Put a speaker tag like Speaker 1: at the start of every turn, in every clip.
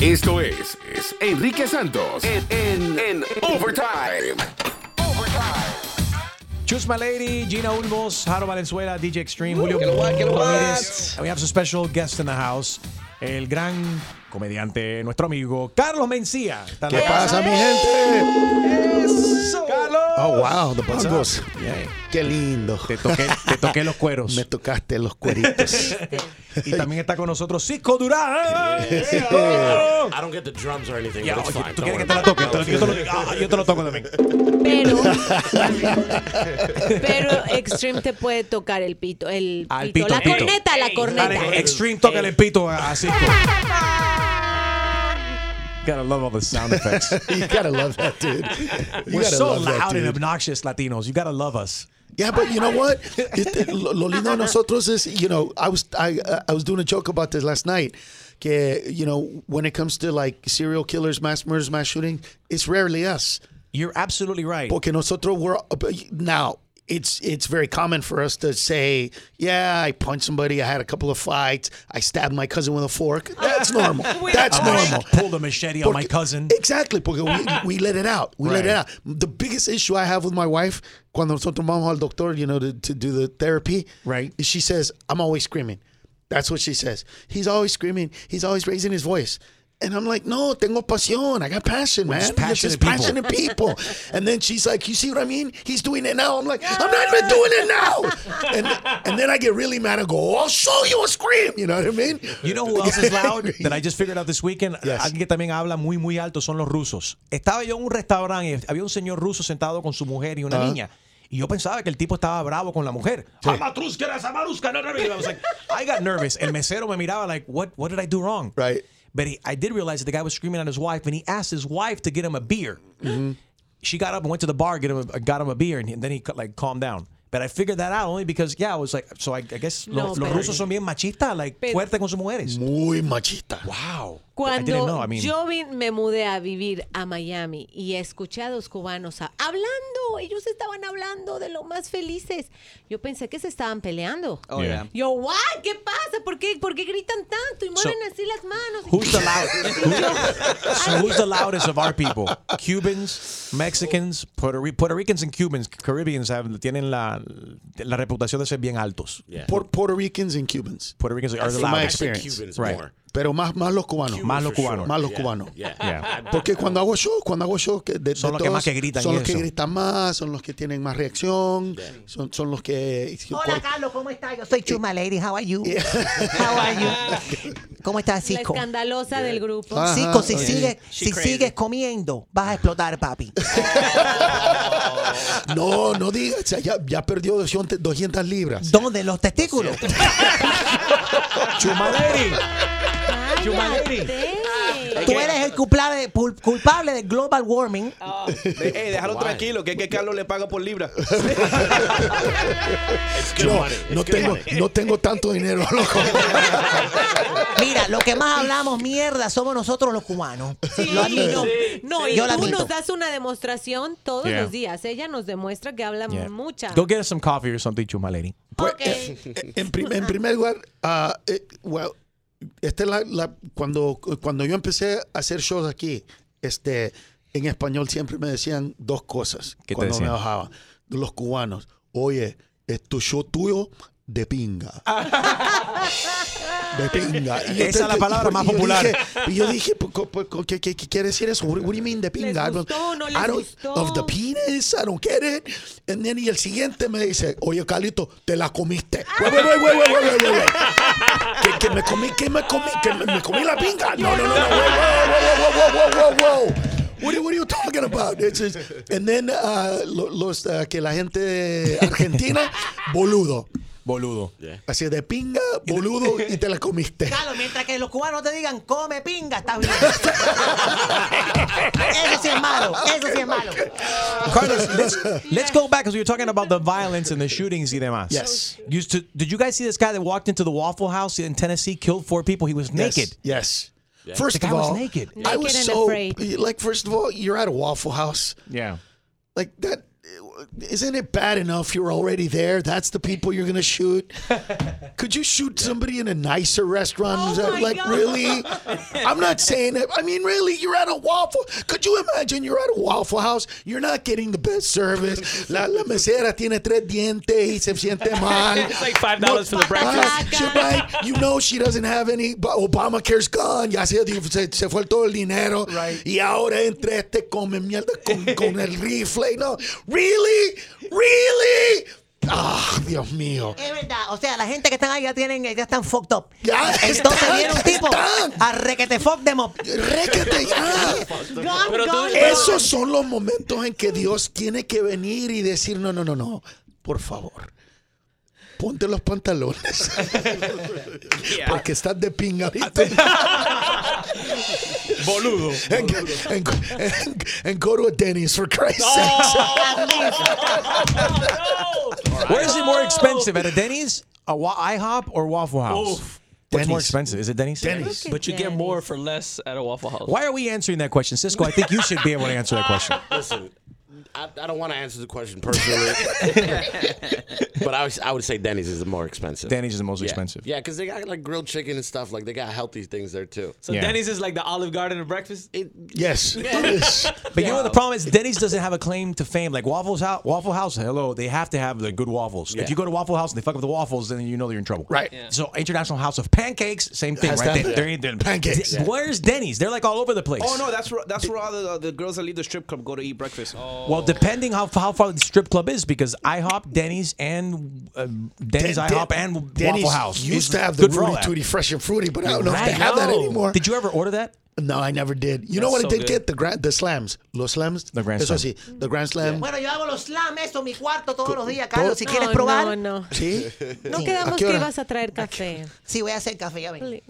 Speaker 1: Esto es, es Enrique Santos en, en, en Overtime.
Speaker 2: Chus Malady, Gina Ulmos, Jaro Valenzuela, DJ Extreme, Julio
Speaker 3: que lo what, que lo what.
Speaker 2: Ramírez. And we have some special guest in the house, el gran comediante, nuestro amigo Carlos Mencía. Está en
Speaker 4: ¿Qué
Speaker 2: la casa.
Speaker 4: pasa, mi gente?
Speaker 2: ¡Carlos!
Speaker 4: Oh, wow, the Bongos.
Speaker 2: Oh, Yeah.
Speaker 4: Qué lindo.
Speaker 2: Te toqué, te toqué los cueros.
Speaker 4: Me tocaste los cueritos.
Speaker 2: y también está con nosotros Cisco Durán. Yeah.
Speaker 5: I don't get the drums or anything,
Speaker 2: Yeah,
Speaker 5: but it's
Speaker 2: oye,
Speaker 5: fine.
Speaker 2: tú
Speaker 5: Don't
Speaker 2: quieres que
Speaker 5: worry
Speaker 2: te la toque. Te lo- Yo te
Speaker 5: about it.
Speaker 2: lo, ah, yo te lo toco también.
Speaker 6: Pero, pero Extreme te puede tocar el pito, el
Speaker 2: Al
Speaker 6: pito,
Speaker 2: pito,
Speaker 6: la
Speaker 2: pito.
Speaker 6: corneta, la
Speaker 2: Dale,
Speaker 6: corneta.
Speaker 2: Extreme, tócale el pito a a Cisco. Gotta love all the sound effects.
Speaker 4: you gotta love that, dude. You
Speaker 2: We're
Speaker 4: gotta
Speaker 2: so
Speaker 4: love that,
Speaker 2: loud and
Speaker 4: dude.
Speaker 2: obnoxious Latinos. You gotta love us.
Speaker 4: Yeah, but you know what? It, lo, lo lindo de nosotros is, you know, I was I I was doing a joke about this last night. Que, you know, when it comes to like serial killers, mass murders, mass shooting, it's rarely us.
Speaker 2: You're absolutely right.
Speaker 4: Porque nosotros we're now it's it's very common for us to say, yeah, I punched somebody, I had a couple of fights, I stabbed my cousin with a fork. That's normal. That's
Speaker 2: I'm
Speaker 4: normal.
Speaker 2: normal. Pull the machete on my
Speaker 4: Porque- eh,
Speaker 2: cousin.
Speaker 4: Exactly, porque we, we let it out. We let it
Speaker 2: Right.
Speaker 4: out. The biggest issue I have with my wife, cuando nosotros vamos al doctor, you know, to, to do the therapy,
Speaker 2: Right.
Speaker 4: is She says, I'm always screaming. That's what she says. He's always screaming. He's always raising his voice. And I'm like, no, tengo pasión. I got passion, man.
Speaker 2: just
Speaker 4: We're
Speaker 2: passionate people."
Speaker 4: passionate people. And then she's like, you see what I mean? He's doing it now. I'm like, I'm not even doing it now. And, and then I get really mad and go, I'll show you a scream. You know what I mean?
Speaker 2: You know who else is loud that I just figured out this weekend?
Speaker 4: Yes.
Speaker 2: Alguien que también habla muy, muy alto son los rusos. Estaba yo en un restaurante y había un señor ruso sentado con su mujer y una
Speaker 4: Uh-huh.
Speaker 2: niña. Y yo pensaba que el tipo estaba bravo con la mujer. Amatruska, la samaruska, no, no, no. Y I was like, I got nervous. El mesero me miraba like, what, what did I do wrong?
Speaker 4: Right.
Speaker 2: But he, I did realize that the guy was screaming at his wife, and he asked his wife to get him a beer. She got up and went to the bar, get him, a, got him a beer, and, then he cut- like calmed down. But I figured that out only because, yeah, I was like, so I, I guess lo-
Speaker 6: No,
Speaker 2: los,
Speaker 6: pero-
Speaker 2: rusos son bien machistas, like
Speaker 6: Pero-
Speaker 2: fuerte con sus mujeres.
Speaker 4: Muy machita.
Speaker 2: Wow. I didn't know.
Speaker 6: Cuando
Speaker 2: I mean,
Speaker 6: yo vi- me mudé a vivir a Miami y escuché a dos cubanos a- hablando, ellos estaban hablando de lo más felices. Yo pensé que se estaban peleando.
Speaker 3: Oh, yeah.
Speaker 6: Yo, what? ¿Qué pasa? ¿Por qué, ¿Por qué gritan tanto y
Speaker 2: So-
Speaker 6: mueven así las manos?
Speaker 2: who's the loud? who- so who's the loudest of our people? Cubans, Mexicans, Puerto, Ri- Puerto Ricans, and Cubans, Caribbeans have, tienen la, la reputación de ser bien altos.
Speaker 5: Yeah.
Speaker 4: Pu- Puerto Ricans and Cubans.
Speaker 2: Puerto Ricans are the
Speaker 4: From my
Speaker 5: I
Speaker 2: loudest.
Speaker 5: think
Speaker 4: experience.
Speaker 5: Cubans
Speaker 2: Right.
Speaker 5: more.
Speaker 4: Pero más, más los cubanos.
Speaker 5: Cubans
Speaker 2: Más los
Speaker 5: for sure.
Speaker 2: cubanos.
Speaker 4: Más los
Speaker 5: Yeah.
Speaker 4: cubanos.
Speaker 5: Yeah.
Speaker 2: Yeah.
Speaker 4: Porque cuando hago show, cuando hago show, que de- de
Speaker 2: Son los que
Speaker 4: todos,
Speaker 2: más que gritan
Speaker 4: Son
Speaker 2: y
Speaker 4: los que
Speaker 2: eso.
Speaker 4: gritan más, son los que tienen más reacción, son, son los que...
Speaker 7: Hola Carlos, ¿cómo estás? Yo soy Chuma Lady, how are you? How are you? ¿Cómo estás,
Speaker 6: La
Speaker 7: Cisco?
Speaker 6: escandalosa del grupo.
Speaker 4: Ah.
Speaker 7: Cisco, si,
Speaker 4: Ajá.
Speaker 7: sigues,
Speaker 5: She
Speaker 7: si
Speaker 5: crazy.
Speaker 7: sigues comiendo, vas a explotar, papi.
Speaker 4: No, no digas, o sea, ya, ya perdió 200, 200 libras.
Speaker 7: ¿Dónde? Los testículos.
Speaker 2: Chumaleri.
Speaker 6: Cállate.
Speaker 7: Tú eres el culpable, pul- culpable del global warming.
Speaker 3: Ey, déjalo tranquilo, que es que Carlos le paga por libra.
Speaker 5: It's good
Speaker 4: No,
Speaker 5: money. It's
Speaker 4: no
Speaker 5: good
Speaker 4: tengo,
Speaker 5: money.
Speaker 4: no tengo tanto dinero, loco.
Speaker 7: Mira, lo que más hablamos mierda somos nosotros los cubanos.
Speaker 6: Sí,
Speaker 7: Lo admito.
Speaker 6: no, no, y
Speaker 7: Yo lo
Speaker 6: tú
Speaker 7: admito.
Speaker 6: nos das una demostración todos
Speaker 2: Yeah.
Speaker 6: los días. Ella nos demuestra que habla
Speaker 2: Yeah.
Speaker 6: mucha.
Speaker 2: Go get us some coffee or something, Chumaleri.
Speaker 4: Pues,
Speaker 6: Ok.
Speaker 4: eh, eh, en, prim- en primer lugar, ah, eh, well, esta es la- la- cuando, cuando yo empecé a hacer shows aquí, este, en español siempre me decían dos cosas
Speaker 2: ¿Qué te
Speaker 4: cuando
Speaker 2: decían?
Speaker 4: me bajaban. Los cubanos, oye, es tu show tuyo de pinga. De pinga. Y yo
Speaker 2: Esa es la palabra más
Speaker 4: y yo
Speaker 2: popular.
Speaker 4: dije- Y yo dije, pues, co- pues, co- ¿qué, qué- qué quiere decir eso? What do you mean de pinga? I don't-
Speaker 6: gustó, no les
Speaker 4: I don't-
Speaker 6: gustó?
Speaker 4: Of the penis, I don't get it. And then, y el siguiente me dice, oye, Carlito, te la comiste. Wait, wait, wait, wait, wait, wait, wait, wait. Que, que me comí, que me comí, que me, me comí la pinga. No, no, no, no, wait, whoa, whoa, whoa, whoa, whoa, whoa, whoa. What are, what are you talking about? It's just- and then, uh, lo- los, uh, que la gente argentina, boludo.
Speaker 2: Boludo.
Speaker 4: Así de pinga, boludo, y te la comiste.
Speaker 7: Carlos, mientras que los cubanos te digan come pinga, estás bien. Eso sí es malo, eso sí es malo.
Speaker 2: Carlos, let's, let's go back because we were talking about the violence and the shootings y demás.
Speaker 4: Yes.
Speaker 2: Used to, did you guys see this guy that walked into the Waffle House in Tennessee, killed four people? He was
Speaker 4: Yes,
Speaker 2: naked.
Speaker 4: Yes. First
Speaker 2: The guy
Speaker 4: of
Speaker 2: was
Speaker 4: all,
Speaker 2: naked.
Speaker 4: I
Speaker 6: Naked
Speaker 4: was
Speaker 6: and
Speaker 4: so
Speaker 6: afraid.
Speaker 4: like. First of all, you're at a Waffle House
Speaker 2: Yeah.
Speaker 4: like that. isn't it bad enough you're already there? That's the people you're gonna shoot. Could you shoot somebody in a nicer restaurant?
Speaker 6: Oh
Speaker 4: Is that,
Speaker 6: my
Speaker 4: like
Speaker 6: God.
Speaker 4: really? I'm not saying that. I mean, really, you're at a waffle. Could you imagine you're at a waffle house? You're not getting the best service. La, la mesera tiene tres dientes y se siente mal.
Speaker 5: It's like $5 for the breakfast.
Speaker 4: Ah, she might- you know she doesn't have any but Obamacare's gone. Ya se, se, se fue todo el dinero. Y ahora entre este come mierda con, con el rifle. No, really, really. Ah, Dios mío.
Speaker 7: Es verdad, o sea, la gente que están ahí ya tienen, ya están fucked up.
Speaker 4: Ya
Speaker 7: Entonces
Speaker 4: están,
Speaker 7: viene un tipo
Speaker 4: están.
Speaker 7: a requete fuck them up.
Speaker 4: Réquete ya.
Speaker 5: Pero tú-
Speaker 4: Esos son los momentos en que Dios tiene que venir y decir, no, no, no, no, por favor. Ponte los pantalones. Porque estás de pinga ahorita.
Speaker 5: Boludo.
Speaker 4: and, and, and, and go to a Denny's for Christ's
Speaker 2: Where is it more expensive? At a Denny's, a Wa- IHOP, or Waffle House? What's more
Speaker 4: Denny's.
Speaker 2: expensive? Is it Denny's? Denny's.
Speaker 5: But you get more for less at a Waffle House.
Speaker 2: Why are we answering that question, Cisco? I think you should be able to answer that question.
Speaker 8: Listen, I, I don't want to answer the question personally, but I, was, I would say Denny's is the more expensive.
Speaker 2: Denny's is the most
Speaker 8: yeah.
Speaker 2: expensive.
Speaker 8: Yeah, because they got like grilled chicken and stuff. Like they got healthy things there too.
Speaker 5: So
Speaker 2: Yeah.
Speaker 5: Denny's is like the Olive Garden of breakfast.
Speaker 8: It,
Speaker 4: Yes. yes.
Speaker 2: But you know what the problem is? Denny's doesn't have a claim to fame. Like Waffles House, Waffle House, hello, they have to have the good waffles.
Speaker 8: Yeah.
Speaker 2: If you go to Waffle House and they fuck up the waffles, then you know you're in trouble.
Speaker 4: Right. Yeah.
Speaker 2: So International House of Pancakes, same thing,
Speaker 4: Has
Speaker 2: right?
Speaker 4: that-
Speaker 2: They- they're- they're-
Speaker 4: Pancakes.
Speaker 2: De- Where's Denny's? They're like all over the place.
Speaker 3: Oh no, that's where, that's where all the, the girls that leave the strip club go to eat breakfast. Oh.
Speaker 2: Well, depending how how far the strip club is, because IHOP, Denny's, and uh, Denny's,
Speaker 4: Den-
Speaker 2: IHOP,
Speaker 4: Den-
Speaker 2: and
Speaker 4: Denny's
Speaker 2: Waffle House
Speaker 4: used
Speaker 2: is
Speaker 4: to have the
Speaker 2: good for all
Speaker 4: Rudy
Speaker 2: that.
Speaker 4: Tooty Fresh and Fruity, but I don't know if they
Speaker 2: Right.
Speaker 4: have that
Speaker 2: No.
Speaker 4: anymore.
Speaker 2: Did you ever order that?
Speaker 4: no, I never did. You know what
Speaker 5: so
Speaker 4: I did
Speaker 5: good.
Speaker 4: get? The grand, the slams. Los slams.
Speaker 2: The Grand
Speaker 4: Eso
Speaker 2: Slam.
Speaker 4: sí. The grand slam.
Speaker 7: Bueno, yo hago los slam eso en mi cuarto todos los
Speaker 4: todo-
Speaker 7: días, Carlos. Si quieres
Speaker 6: No,
Speaker 7: probar,
Speaker 6: No, no.
Speaker 4: Sí.
Speaker 6: No
Speaker 4: Sí. ¿A qué
Speaker 6: quedamos que
Speaker 4: hora?
Speaker 6: ibas a traer café.
Speaker 7: sí voy a hacer café, ya ven.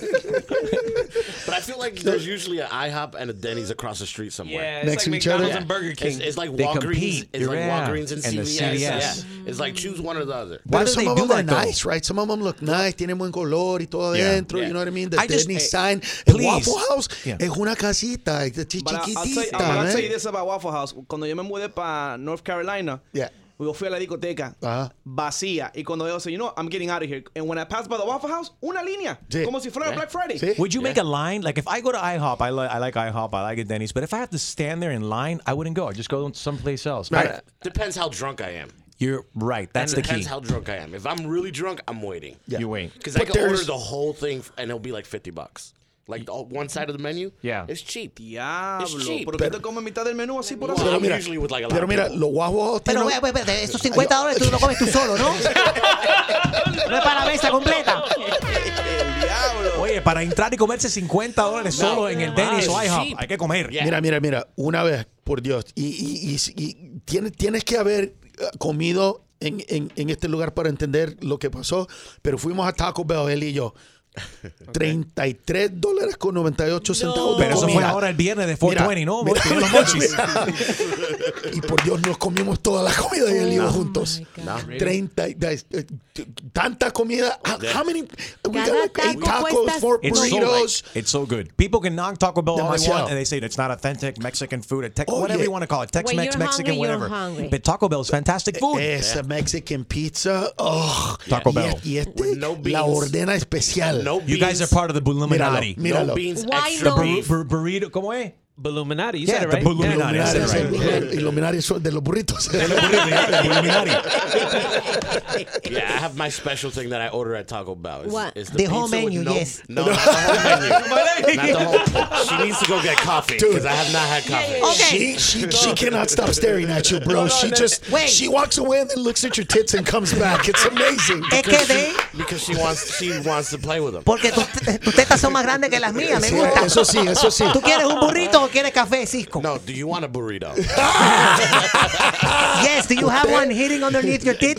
Speaker 8: but I feel like there's usually an IHOP and a Denny's across the street somewhere.
Speaker 5: Yeah,
Speaker 4: Next
Speaker 5: it's
Speaker 4: to
Speaker 5: like
Speaker 4: each other?
Speaker 5: McDonald's and Burger King.
Speaker 8: It's, it's like
Speaker 2: They
Speaker 8: Walgreens.
Speaker 2: compete.
Speaker 8: It's like
Speaker 2: Yeah.
Speaker 8: Walgreens and,
Speaker 2: And the
Speaker 8: CVS.
Speaker 2: CVS.
Speaker 8: Yeah. It's like choose one or the other.
Speaker 2: Why
Speaker 4: But
Speaker 2: do
Speaker 4: some
Speaker 2: they
Speaker 4: of
Speaker 2: do
Speaker 4: them are
Speaker 2: that, though?
Speaker 4: nice, right? Some of them look nice, tienen buen color y todo
Speaker 2: Yeah.
Speaker 4: adentro,
Speaker 8: Yeah.
Speaker 4: you know what I mean? The
Speaker 2: I just-
Speaker 4: Disney
Speaker 2: eh,
Speaker 4: sign.
Speaker 2: please.
Speaker 4: El Waffle House
Speaker 2: Yeah.
Speaker 4: es una casita, es chi-
Speaker 3: But I, will tell you,
Speaker 4: chiquitita,
Speaker 3: I'll tell you
Speaker 4: man.
Speaker 3: this about Waffle House. Cuando yo me mudé para North Carolina,
Speaker 4: Yeah.
Speaker 3: yo fui a la discoteca
Speaker 4: Ajá.
Speaker 3: vacía. Y cuando yo, so you know, I'm getting out of here. And when I passed by the Waffle House, una línea.
Speaker 4: Sí.
Speaker 3: Como si fuera Black Friday.
Speaker 4: Sí.
Speaker 2: Would you make a line? Like if I go to IHOP, I, li- I like IHOP, I like it Denny's, but if I have to stand there in line, I wouldn't go. I'd just go someplace else. I-
Speaker 8: Depends how drunk I am.
Speaker 2: you're right. That's
Speaker 8: and
Speaker 2: the
Speaker 8: it depends
Speaker 2: key.
Speaker 8: how drunk I am. If I'm really drunk, I'm waiting.
Speaker 2: You wait.
Speaker 8: Because I
Speaker 4: But
Speaker 8: can order
Speaker 4: there's-
Speaker 8: the whole thing f- and it'll be like 50 bucks. Like the, one side of the menu.
Speaker 2: Yeah.
Speaker 8: It's cheap. It's
Speaker 3: Diablo.
Speaker 8: cheap,
Speaker 3: ¿Por qué
Speaker 8: pero-
Speaker 3: te comes mitad del menú así por
Speaker 8: Well,
Speaker 3: así?
Speaker 8: I'm
Speaker 4: mira,
Speaker 8: usually with like a lot
Speaker 4: Pero
Speaker 8: of
Speaker 4: mira,
Speaker 8: people.
Speaker 4: los Waffle House
Speaker 7: Pero,
Speaker 4: tienen-
Speaker 7: ve- ve- ve, esos 50 dólares tú lo comes tú solo, ¿no? No es para la mesa completa.
Speaker 2: Oye, para entrar y comerse 50 dólares solo en el Denny's o
Speaker 8: mames,
Speaker 2: IHOP,
Speaker 8: sí.
Speaker 2: hay que comer.
Speaker 8: Yeah.
Speaker 4: Mira, mira, mira, una vez, por Dios, y, y- y- y tienes, tienes que haber eh, comido en, en- en este lugar para entender lo que pasó, pero fuimos a Taco Bell, él y yo. 33 dólares con 98 centavos. de
Speaker 2: Pero eso fue
Speaker 4: comida.
Speaker 2: ahora el viernes de
Speaker 4: Mira,
Speaker 2: 420, ¿no?
Speaker 4: mira,
Speaker 2: Tienen los
Speaker 4: mira,
Speaker 2: mochis.
Speaker 4: mira. y por Dios, nos comimos toda la comida y él y yo juntos. 30, y- eh, eh, tanta comida. How, how many? We
Speaker 6: Cada
Speaker 4: got like eight
Speaker 6: taco
Speaker 4: tacos,
Speaker 6: cuesta
Speaker 4: four
Speaker 2: It's so,
Speaker 4: burritos.
Speaker 2: it's so good. People can knock Taco Bell all they
Speaker 4: Demasiado.
Speaker 2: want, and they say it's not authentic Mexican food, a tec-
Speaker 4: Oh,
Speaker 2: whatever
Speaker 4: yeah.
Speaker 2: you want to call it,
Speaker 6: When
Speaker 2: Tex-Mex,
Speaker 6: you're
Speaker 2: Mexican,
Speaker 6: hungry, you're
Speaker 2: whatever.
Speaker 6: hungry.
Speaker 2: But Taco Bell's
Speaker 4: Eh,
Speaker 2: fantastic food.
Speaker 4: Esa Mexican pizza. Oh,
Speaker 2: Taco
Speaker 4: y,
Speaker 2: Bell.
Speaker 4: Y este,
Speaker 8: With no
Speaker 4: la
Speaker 8: beans.
Speaker 4: ordena especial.
Speaker 8: No beans.
Speaker 2: you guys are part of the Bulluminati.
Speaker 4: Míralo, míralo.
Speaker 8: No beans,
Speaker 6: Why
Speaker 8: extra
Speaker 6: no-
Speaker 8: beef.
Speaker 2: Bur- burrito, ¿cómo es?
Speaker 5: Illuminati. You
Speaker 2: Yeah,
Speaker 5: said it
Speaker 2: the
Speaker 5: right.
Speaker 2: Bulluminati. I
Speaker 4: Iluminar
Speaker 5: Yeah.
Speaker 2: said it
Speaker 4: es
Speaker 2: right.
Speaker 4: el- iluminar es el de los burritos.
Speaker 8: Yeah, I have my special thing that I order at Taco Bell. It's,
Speaker 6: What?
Speaker 8: It's
Speaker 7: The whole
Speaker 8: pizza with
Speaker 7: menu,
Speaker 8: no,
Speaker 7: yes.
Speaker 8: No, not the whole menu. not the whole. She needs to go get coffee because I have not had coffee.
Speaker 4: She, she, she cannot stop staring at you, bro. she just
Speaker 7: Wait.
Speaker 4: she walks away and then looks at your tits and comes back. It's amazing.
Speaker 7: Es que de,
Speaker 8: Because she wants, she wants to play with them.
Speaker 7: porque tus tus tetas son más grandes que las mías, me
Speaker 4: Sí,
Speaker 7: gusta.
Speaker 4: eso sí, eso sí.
Speaker 7: ¿Tú quieres un burrito o quieres café, Cisco?
Speaker 8: No, do you want a burrito?
Speaker 7: Yes, do you have one hitting underneath your teeth?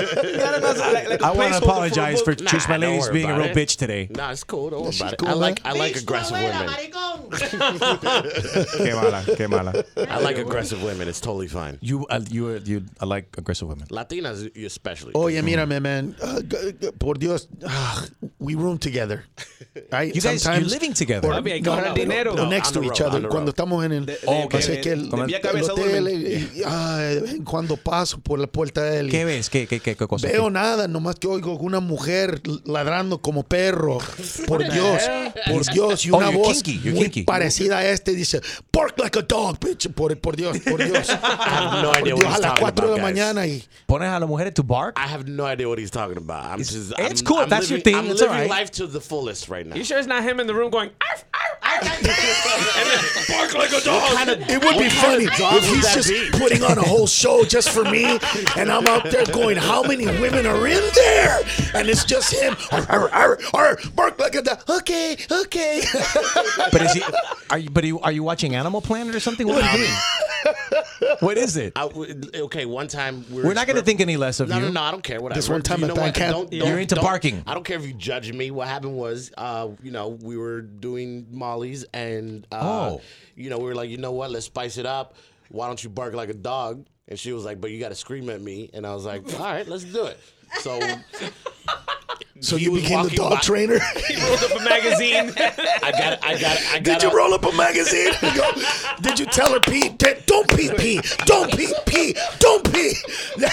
Speaker 2: I want to apologize for Chris, my
Speaker 8: don't
Speaker 2: lady's
Speaker 8: worry
Speaker 2: being a
Speaker 8: about
Speaker 2: real
Speaker 8: it.
Speaker 2: bitch today.
Speaker 8: Nah, it's cool. Don't worry about it.
Speaker 4: cool,
Speaker 8: I like
Speaker 4: man.
Speaker 8: I like aggressive women.
Speaker 2: Qué mala, qué mala.
Speaker 8: I like aggressive women. It's totally fine.
Speaker 2: You, uh, you, uh, you, I like aggressive women.
Speaker 8: Latinas
Speaker 2: Oh,
Speaker 8: especially.
Speaker 4: Oye, mírame, man. Uh, g- g- por Dios. Ah, we Ah, room together. Right?
Speaker 2: You guys-
Speaker 4: Sometimes-
Speaker 2: you're living together.
Speaker 4: or-
Speaker 5: Papi, hay que ahorrar dinero.
Speaker 4: no,
Speaker 8: No,
Speaker 4: next
Speaker 8: on
Speaker 4: to
Speaker 8: the
Speaker 4: each
Speaker 8: road, on
Speaker 4: other.
Speaker 8: the
Speaker 4: Cuando
Speaker 8: road.
Speaker 4: estamos en el.
Speaker 3: De- de-
Speaker 4: Oh, pasa
Speaker 3: de-
Speaker 4: que el,
Speaker 3: de pie a cabeza
Speaker 4: el hotel, eh,
Speaker 3: duermen.
Speaker 4: y- y- ay, de vez en cuando paso por la puerta de él. y
Speaker 2: ¿Qué ves? ¿Qué, qué, qué, qué cosa?
Speaker 4: Veo nada, nomás que oigo una mujer ladrando como perro. Por Dios, por Dios. Y
Speaker 2: Oh,
Speaker 4: una
Speaker 2: you're
Speaker 4: voz
Speaker 2: kinky, you're
Speaker 4: muy
Speaker 2: kinky.
Speaker 4: parecida a este dice, Pork like a dog, bitch. Por, por Dios, por Dios.
Speaker 8: have no
Speaker 4: Por
Speaker 8: idea
Speaker 4: Dios,
Speaker 8: what he's
Speaker 4: a las
Speaker 8: talking
Speaker 4: 4 de la
Speaker 8: about, guys.
Speaker 4: mañana y...
Speaker 2: ¿Pones a las mujeres to bark?
Speaker 8: I have no idea what he's talking about. I'm just.
Speaker 2: it's
Speaker 8: I'm,
Speaker 2: cool.
Speaker 8: I'm
Speaker 2: That's your thing.
Speaker 8: living, I'm
Speaker 2: It's
Speaker 8: living
Speaker 2: alright.
Speaker 8: life to the fullest right now.
Speaker 5: You sure it's not him in the room going? Arf, arf, arf, arf.
Speaker 8: bark like a dog.
Speaker 4: It would be funny
Speaker 8: dog
Speaker 4: if
Speaker 8: would
Speaker 4: he's
Speaker 8: that
Speaker 4: just
Speaker 8: be?
Speaker 4: putting on a whole show just for me, and I'm out there going, "How many women are in there?" And it's just him. Arr, arr, arr, arr, bark like a dog. Okay, okay.
Speaker 2: But is he, are you, but are you, are you watching Animal Planet or something? What are you doing? What is it?
Speaker 8: I would- okay, one time we
Speaker 2: We're not gonna think any less of
Speaker 8: no, No,
Speaker 2: you.
Speaker 8: no, I don't care. Whatever.
Speaker 4: This one time
Speaker 8: you
Speaker 4: at
Speaker 8: know
Speaker 4: Van
Speaker 8: what?
Speaker 4: Camp-
Speaker 8: Don't-
Speaker 2: You're
Speaker 8: don't-
Speaker 2: into
Speaker 8: don't-
Speaker 2: barking.
Speaker 8: I don't care if you judge me. What happened was, uh, you know, we were doing Molly's, and uh,
Speaker 2: Oh.
Speaker 8: you know, we were like, you know what? Let's spice it up. Why don't you bark like a dog? And she was like, but you got to scream at me. And I was like, all right, let's do it. So
Speaker 4: So
Speaker 8: He
Speaker 4: you
Speaker 8: was
Speaker 4: became the
Speaker 8: walking
Speaker 4: dog
Speaker 8: by-
Speaker 4: trainer.
Speaker 5: Rolled up a magazine.
Speaker 8: I got, I got, I got.
Speaker 4: Did you roll up a magazine? and go, Did you tell her pee? Dad, Don't pee, pee. Don't pee, pee. Don't pee.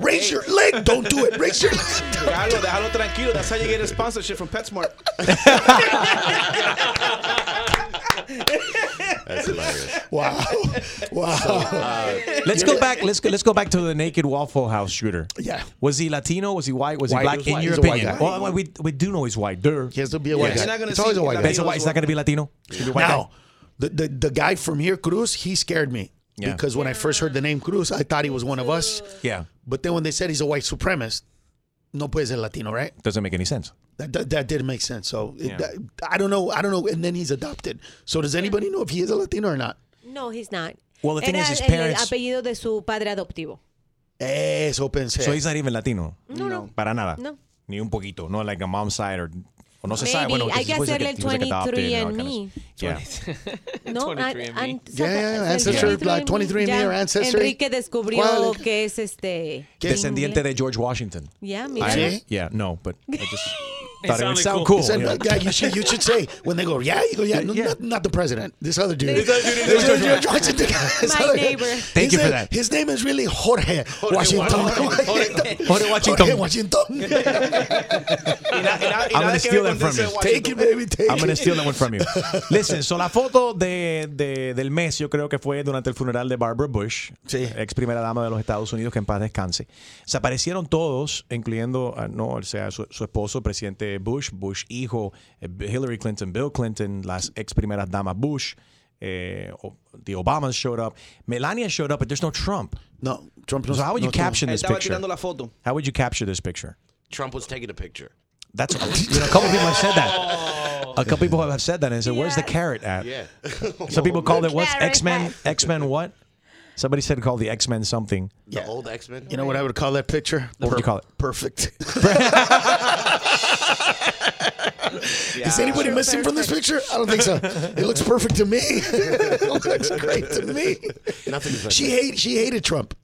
Speaker 4: Raise your leg. Don't do it. Raise your leg.
Speaker 3: Déjalo, déjalo tranquilo. That's how you get a sponsorship from PetSmart.
Speaker 8: That's hilarious.
Speaker 4: Wow. Wow.
Speaker 8: uh,
Speaker 2: Let's go back. Let's go, let's go back to the naked Waffle House shooter.
Speaker 4: Yeah.
Speaker 2: Was he Latino? Was he white? Was
Speaker 4: White.
Speaker 2: he black? In
Speaker 4: He was white.
Speaker 2: your
Speaker 4: He's a white
Speaker 2: opinion,
Speaker 4: guy.
Speaker 2: well, we, we do know he's white. Duh.
Speaker 4: He has to be a white
Speaker 3: He's
Speaker 4: guy.
Speaker 3: not gonna
Speaker 4: it's always
Speaker 3: see
Speaker 4: a white
Speaker 3: that
Speaker 4: guy.
Speaker 2: It's, a white, it's not going to be Latino. It's gonna be a white
Speaker 4: now, the, the the guy from here, Cruz, he scared me
Speaker 2: Yeah.
Speaker 4: because when I first heard the name Cruz, I thought he was one of us.
Speaker 2: guy. Yeah.
Speaker 4: But then when they said he's a white supremacist, no puede ser Latino, right?
Speaker 2: Doesn't make any sense.
Speaker 4: That that, that didn't make sense. So it, that, I don't know. I don't know. And then he's adopted. So does anybody know if he is a Latino or not?
Speaker 6: No, he's not.
Speaker 2: Well, the thing
Speaker 6: Era
Speaker 2: is, his
Speaker 6: el-
Speaker 2: parents-
Speaker 6: el apellido de su padre adoptivo.
Speaker 4: Eso pensé.
Speaker 2: So he's not even Latino.
Speaker 6: No, no.
Speaker 2: Para nada.
Speaker 6: No.
Speaker 2: Ni un poquito. No like a mom's side or. O no se sabe.
Speaker 6: Maybe.
Speaker 2: Bueno,
Speaker 6: Hay
Speaker 2: because
Speaker 6: que
Speaker 2: he was like a- he
Speaker 6: hacerle el
Speaker 2: was like adopted and all
Speaker 6: 23andMe.
Speaker 2: kinds of- Yeah.
Speaker 6: No, ah,
Speaker 5: 23andme.
Speaker 6: an- an-
Speaker 4: Yeah, yeah, yeah,
Speaker 6: saca-
Speaker 4: ancestry,
Speaker 6: el
Speaker 4: like, 23andMe or
Speaker 6: Ya,
Speaker 4: ancestry.
Speaker 6: Enrique descubrió
Speaker 4: ¿Cuál?
Speaker 6: que es este.
Speaker 4: ¿Qué?
Speaker 2: Descendiente de George Washington.
Speaker 6: Ya,
Speaker 2: I-
Speaker 6: mira.
Speaker 4: ¿Sí?
Speaker 2: Yeah, no, but I just thought it would
Speaker 5: sounded
Speaker 2: sound cool.
Speaker 5: cool.
Speaker 4: He said,
Speaker 2: you know.
Speaker 4: yeah, you should you should say when they go, yeah, you go, yeah, no,
Speaker 2: Oh, Yeah.
Speaker 4: Not, not the president, this other dude.
Speaker 6: This other
Speaker 4: dude, this other dude, Washington. This
Speaker 6: My
Speaker 4: other-
Speaker 6: neighbor.
Speaker 2: Thank
Speaker 4: his
Speaker 2: you for
Speaker 4: name-
Speaker 2: that.
Speaker 4: His name is really Jorge, Washington.
Speaker 8: Jorge,
Speaker 2: Jorge Washington.
Speaker 4: Jorge Washington.
Speaker 3: Y na- y na- y
Speaker 2: I'm
Speaker 3: nada
Speaker 2: gonna
Speaker 3: que
Speaker 2: steal
Speaker 3: ver
Speaker 2: that
Speaker 3: con
Speaker 2: from you.
Speaker 3: Denzel
Speaker 4: Take it, baby, take
Speaker 2: I'm gonna
Speaker 4: it.
Speaker 2: steal that one from you. Listen, so la foto de, de- del mes, yo creo que fue durante el funeral de Barbara Bush,
Speaker 4: Sí.
Speaker 2: ex primera dama de los Estados Unidos, que en paz descanse. Se aparecieron todos, incluyendo, ah, no, o sea, su, su esposo, el presidente Bush, Bush hijo, eh, Hillary Clinton, Bill Clinton, las ex primeras damas Bush, eh, o- the Obamas showed up, Melania showed up, but there's no Trump.
Speaker 4: No, Trump no.
Speaker 2: So how would you
Speaker 4: no, Trump.
Speaker 2: caption this
Speaker 3: Estaba
Speaker 2: picture?
Speaker 3: tirando la foto.
Speaker 2: How would you capture this picture?
Speaker 8: Trump was taking a picture.
Speaker 2: That's you know, a couple people have said that. A couple people have said that and said, "Where's the
Speaker 6: Yeah.
Speaker 2: carrot at?"
Speaker 8: Yeah.
Speaker 2: Some people called it what's
Speaker 6: Carrot
Speaker 2: X Men? X Men what? Somebody said called the X Men something.
Speaker 8: The old X Men.
Speaker 4: You know what I would call that picture?
Speaker 2: What would you call it?
Speaker 4: Perfect. Is anybody missing from this picture? I don't think so. It looks perfect to me. it looks great to me.
Speaker 8: Nothing.
Speaker 4: She hate she hated Trump.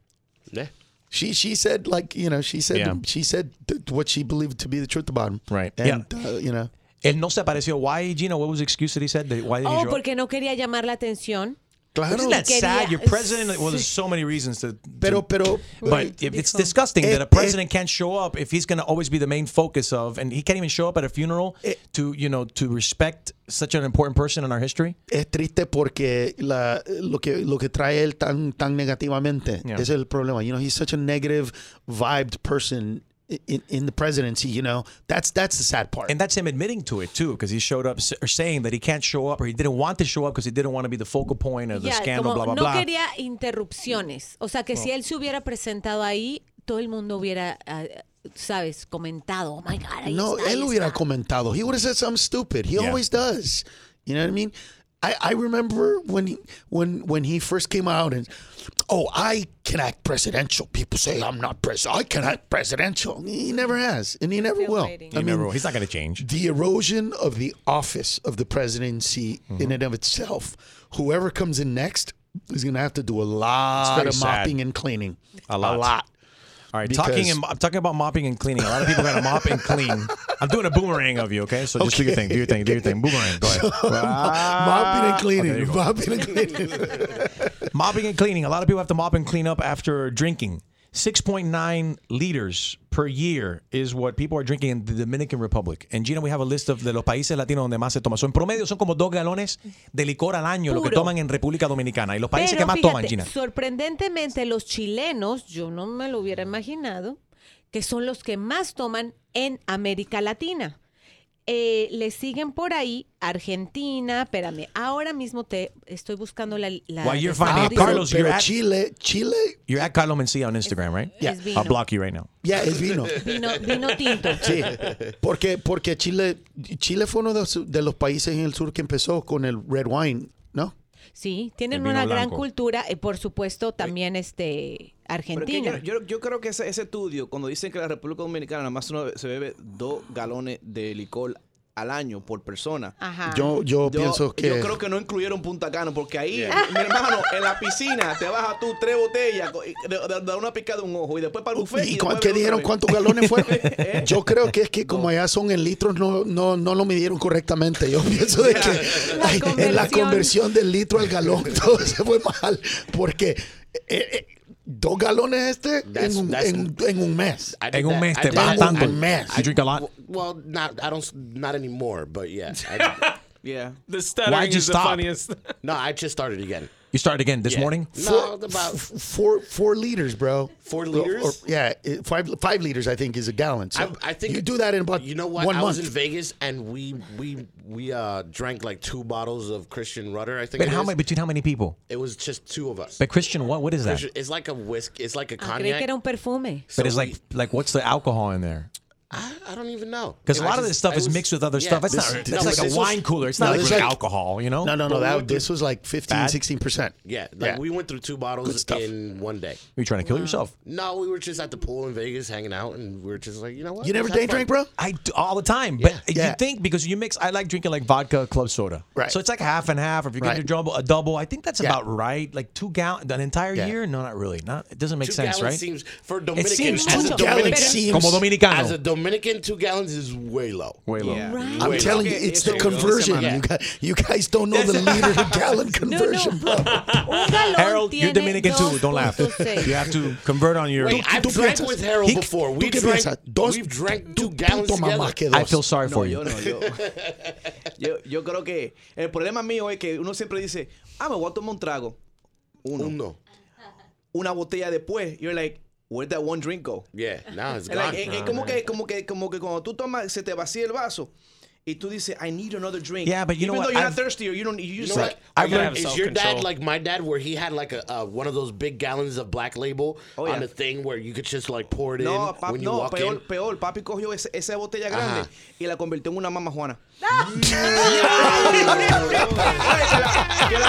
Speaker 8: Yeah.
Speaker 4: She she said like you know she said
Speaker 2: Yeah.
Speaker 4: she said th- what she believed to be the truth about him.
Speaker 2: Right.
Speaker 4: And uh, you know
Speaker 2: Él no se apareció. Why, Gina? What was the excuse that he said? That- Why did he
Speaker 6: Oh,
Speaker 2: show up?
Speaker 6: porque no quería llamar la atención.
Speaker 4: claro.
Speaker 2: Isn't that
Speaker 6: quería-
Speaker 2: sad? Your president. Well, there's so many reasons to.
Speaker 4: Pero
Speaker 2: to-
Speaker 4: pero
Speaker 2: but if it's disgusting that a
Speaker 4: It- it-
Speaker 2: president can't show up if he's going to always be the main focus of, and he can't even show up at a funeral to, you know, to respect such an important person in our history.
Speaker 4: es triste porque la, lo que lo que trae él tan tan negativamente
Speaker 2: Yeah.
Speaker 4: ese es el problema. You know he's such a negative vibed person i- in, in the presidency. You know that's that's the sad part.
Speaker 2: And that's him admitting to it too, because he showed up s- or saying that he can't show up or he didn't want to show up because he didn't want to be the focal point of the
Speaker 6: Ya,
Speaker 2: scandal,
Speaker 6: como
Speaker 2: blah blah
Speaker 6: no
Speaker 2: blah.
Speaker 6: quería interrupciones. O sea, que
Speaker 4: Oh.
Speaker 6: si él se hubiera presentado ahí, todo el mundo hubiera, ah, sabes, comentado. Oh my God, ahí
Speaker 4: No,
Speaker 6: está, ahí
Speaker 4: él hubiera
Speaker 6: está".
Speaker 4: comentado. He would have said something stupid. He always does. You know what I mean? I, I remember when he, when when he first came out and oh I can act presidential. People say I'm not president. I can act presidential. He never has, and he never
Speaker 6: Still
Speaker 4: will.
Speaker 6: waiting.
Speaker 4: I mean,
Speaker 2: Never will. he's not going to change.
Speaker 4: the erosion of the office of the presidency
Speaker 2: Mm-hmm.
Speaker 4: in and of itself. Whoever comes in next is going to have to do a lot
Speaker 2: very
Speaker 4: of
Speaker 2: sad.
Speaker 4: mopping and cleaning.
Speaker 2: A lot.
Speaker 4: A lot.
Speaker 2: All right,
Speaker 4: Because-
Speaker 2: talking and, I'm talking about mopping and cleaning. A lot of people got to mop and clean I'm doing a boomerang of you, okay? So just do your thing, do your thing, do your thing. Boomerang, go ahead. Ah, Okay,
Speaker 4: Mopping and
Speaker 2: there
Speaker 4: cleaning.
Speaker 2: you go.
Speaker 4: Mopping and cleaning.
Speaker 2: Mopping and cleaning. A lot of people have to mop and clean up after drinking. 6.9 liters per year is what people are drinking in the Dominican Republic. And Gina, we have a list of de los países latinos donde más se toma. So, en promedio son como dos galones de licor al año lo que
Speaker 6: Puro.
Speaker 2: toman en República Dominicana. Y los países
Speaker 6: Pero
Speaker 2: que más
Speaker 6: fíjate,
Speaker 2: toman, Gina.
Speaker 6: Sorprendentemente, los chilenos, yo no me lo hubiera imaginado, que son los que más toman en América Latina. Eh, le siguen por ahí Argentina, espérame, ahora mismo te estoy buscando la... la
Speaker 2: While you're
Speaker 6: estadística.
Speaker 2: finding it, Carlos, you're
Speaker 4: Pero
Speaker 2: at,
Speaker 4: Chile, Chile,
Speaker 2: you're at Carlos Mencia on Instagram, right?
Speaker 6: Yeah. es
Speaker 2: I'll
Speaker 6: vino.
Speaker 2: block you right now.
Speaker 4: ya es vino.
Speaker 6: Vino, vino tinto.
Speaker 4: Sí, porque, porque Chile, Chile fue uno de, los- de los países en el sur que empezó con el red wine, ¿no?
Speaker 6: Sí, tienen
Speaker 2: El vino
Speaker 6: una gran
Speaker 2: blanco.
Speaker 6: cultura, y por supuesto también este
Speaker 3: Pero es que yo,
Speaker 6: Argentina.
Speaker 3: yo- yo creo que ese, ese estudio, cuando dicen que la República Dominicana nada más uno se bebe dos galones de licor al año por persona.
Speaker 6: Ajá.
Speaker 4: Yo, yo,
Speaker 3: Ah. Yo,
Speaker 4: pienso que...
Speaker 3: yo creo que no incluyeron Punta Cana porque ahí, mi hermano, en la piscina te bajas tú tres botellas co- y de, de- de una picada de un ojo y después para el buffet.
Speaker 4: ¿Y,
Speaker 3: después
Speaker 4: cuán- qué
Speaker 3: bebes
Speaker 4: dijeron?
Speaker 3: otra vez.
Speaker 4: ¿Cuántos galones fueron?
Speaker 8: Eh.
Speaker 4: Yo creo que es que como allá son en litros, no, no, no lo midieron correctamente. Yo pienso de que ay, en la
Speaker 6: conversión.
Speaker 4: conversión del litro al galón todo se fue mal. Porque eh, eh, dos galones este
Speaker 8: That's-
Speaker 4: en un,
Speaker 8: that's-
Speaker 4: en- en un mes.
Speaker 8: I did
Speaker 2: En un
Speaker 8: that.
Speaker 2: mes
Speaker 8: I
Speaker 2: te
Speaker 8: did
Speaker 2: bajas
Speaker 8: that.
Speaker 2: tanto.
Speaker 4: un mes.
Speaker 2: You drink a lot.
Speaker 8: Well, not I don't s- not anymore, but yeah. I,
Speaker 3: Yeah.
Speaker 9: The stuttering
Speaker 2: Why'd you
Speaker 9: is
Speaker 2: stop?
Speaker 9: the funniest.
Speaker 8: no, I just started again.
Speaker 2: You started again this
Speaker 8: Yeah.
Speaker 2: morning?
Speaker 8: No,
Speaker 4: Four-
Speaker 8: about
Speaker 4: f- four four liters, bro.
Speaker 8: Four
Speaker 4: Or-
Speaker 8: liters?
Speaker 4: or- yeah, it- five five liters. I think is a gallon. So
Speaker 8: I, I think
Speaker 4: you do that in about
Speaker 8: You know what?
Speaker 4: one
Speaker 8: I
Speaker 4: month.
Speaker 8: was in Vegas and we we we uh drank like two bottles of Christian Rudder. I think
Speaker 2: But
Speaker 8: it
Speaker 2: how
Speaker 8: is.
Speaker 2: many, between how many people?
Speaker 8: It was just two of us.
Speaker 2: But Christian, what what is that?
Speaker 8: It's like a whisk. It's like a
Speaker 6: Ah, creí que
Speaker 8: cognac.
Speaker 6: era un perfume.
Speaker 2: But it's like like what's the alcohol in there?
Speaker 8: I, I don't even know.
Speaker 2: Because a
Speaker 8: I
Speaker 2: lot of
Speaker 8: just-
Speaker 2: this stuff
Speaker 8: I
Speaker 2: is
Speaker 8: was-
Speaker 2: mixed with other
Speaker 8: yeah,
Speaker 2: stuff. It's not.
Speaker 8: this- no,
Speaker 2: It's
Speaker 8: but
Speaker 2: like a
Speaker 8: this was-
Speaker 2: wine cooler. It's
Speaker 4: no,
Speaker 2: not like,
Speaker 4: this
Speaker 2: with
Speaker 4: is like-
Speaker 2: alcohol. You know.
Speaker 4: no, no, no.
Speaker 8: But
Speaker 4: That,
Speaker 8: we-
Speaker 4: this was like 15,
Speaker 2: Bad?
Speaker 4: 16 percent.
Speaker 8: Yeah, like we went through two bottles
Speaker 4: stuff.
Speaker 8: in one day.
Speaker 2: You're trying to kill yourself.
Speaker 8: No, we were just at the pool in Vegas hanging out, and we were just like, you know what?
Speaker 4: You never
Speaker 8: Let's
Speaker 4: day
Speaker 8: have fun.
Speaker 4: drink, bro?
Speaker 2: I do all the time,
Speaker 8: Yeah.
Speaker 2: but
Speaker 4: Yeah.
Speaker 2: you think because you mix. I like drinking like vodka, club soda,
Speaker 4: Right.
Speaker 2: So it's like half and half. If you get
Speaker 4: Right.
Speaker 2: your double, a double, I think that's
Speaker 4: Yeah.
Speaker 2: about right. Like two gallon, an entire
Speaker 4: Yeah.
Speaker 2: year? No, not really. Not. It doesn't make
Speaker 8: Two
Speaker 2: sense,
Speaker 8: gallons
Speaker 2: right?
Speaker 8: seems for a Dominican.
Speaker 2: seems
Speaker 8: as
Speaker 6: too
Speaker 8: a
Speaker 6: much.
Speaker 8: Dominican,
Speaker 6: Galaxy.
Speaker 2: Como
Speaker 8: as a
Speaker 2: dominicano.
Speaker 8: Dominican, two gallons is way low.
Speaker 2: Way low.
Speaker 3: Yeah.
Speaker 6: Right.
Speaker 4: I'm
Speaker 8: Wait,
Speaker 4: telling you,
Speaker 3: okay,
Speaker 4: it's
Speaker 3: eso
Speaker 4: the
Speaker 3: es una
Speaker 4: conversion.
Speaker 8: semana.
Speaker 4: You, guys, you guys don't know the liter to gallon conversion,
Speaker 6: no.
Speaker 4: bro.
Speaker 6: Un galón
Speaker 2: Harold, you're
Speaker 6: tiene
Speaker 2: Dominican too. Don't laugh.
Speaker 6: 2.6.
Speaker 2: You have to convert on your.
Speaker 8: Wait, I've
Speaker 4: tú
Speaker 8: drank
Speaker 4: piensas-
Speaker 8: with Harold
Speaker 4: He-
Speaker 8: before.
Speaker 4: ¿tú
Speaker 8: We
Speaker 4: qué
Speaker 8: drank,
Speaker 4: piensas? Dos-
Speaker 8: we've drank two
Speaker 4: tú
Speaker 8: gallons
Speaker 4: puto mamá
Speaker 8: together.
Speaker 4: que
Speaker 2: I
Speaker 4: dos.
Speaker 2: feel sorry
Speaker 3: No,
Speaker 2: for
Speaker 3: yo
Speaker 2: you.
Speaker 3: no, yo. yo. yo creo que el problema mío es que uno siempre dice, ah, me voy a tomar un trago. Uno.
Speaker 8: Uno.
Speaker 3: Una botella después. You're like, where'd that one drink go?
Speaker 8: Yeah, now it's
Speaker 3: Es
Speaker 8: gone.
Speaker 3: like, es- es como que, como que, como que cuando tú tomas, se te vacía el vaso y tú dices, I need another drink.
Speaker 2: Yeah, but you know
Speaker 3: Even
Speaker 2: what?
Speaker 3: though you're
Speaker 2: I've-
Speaker 3: not thirsty or you don't, you
Speaker 8: You
Speaker 3: just
Speaker 8: know
Speaker 3: like,
Speaker 8: what? I
Speaker 9: gotta have
Speaker 8: learned, is your dad
Speaker 9: self-control.
Speaker 8: like my dad, where he had like a uh, one of those big gallons of Black Label
Speaker 3: Oh, yeah.
Speaker 8: on a thing where you could just like pour it
Speaker 3: no,
Speaker 8: in
Speaker 3: pap-
Speaker 8: when you
Speaker 3: no,
Speaker 8: walk
Speaker 3: peor,
Speaker 8: in?
Speaker 3: peor. Papi cogió ese- esa botella grande y la convirtió en una mamá Juana. que la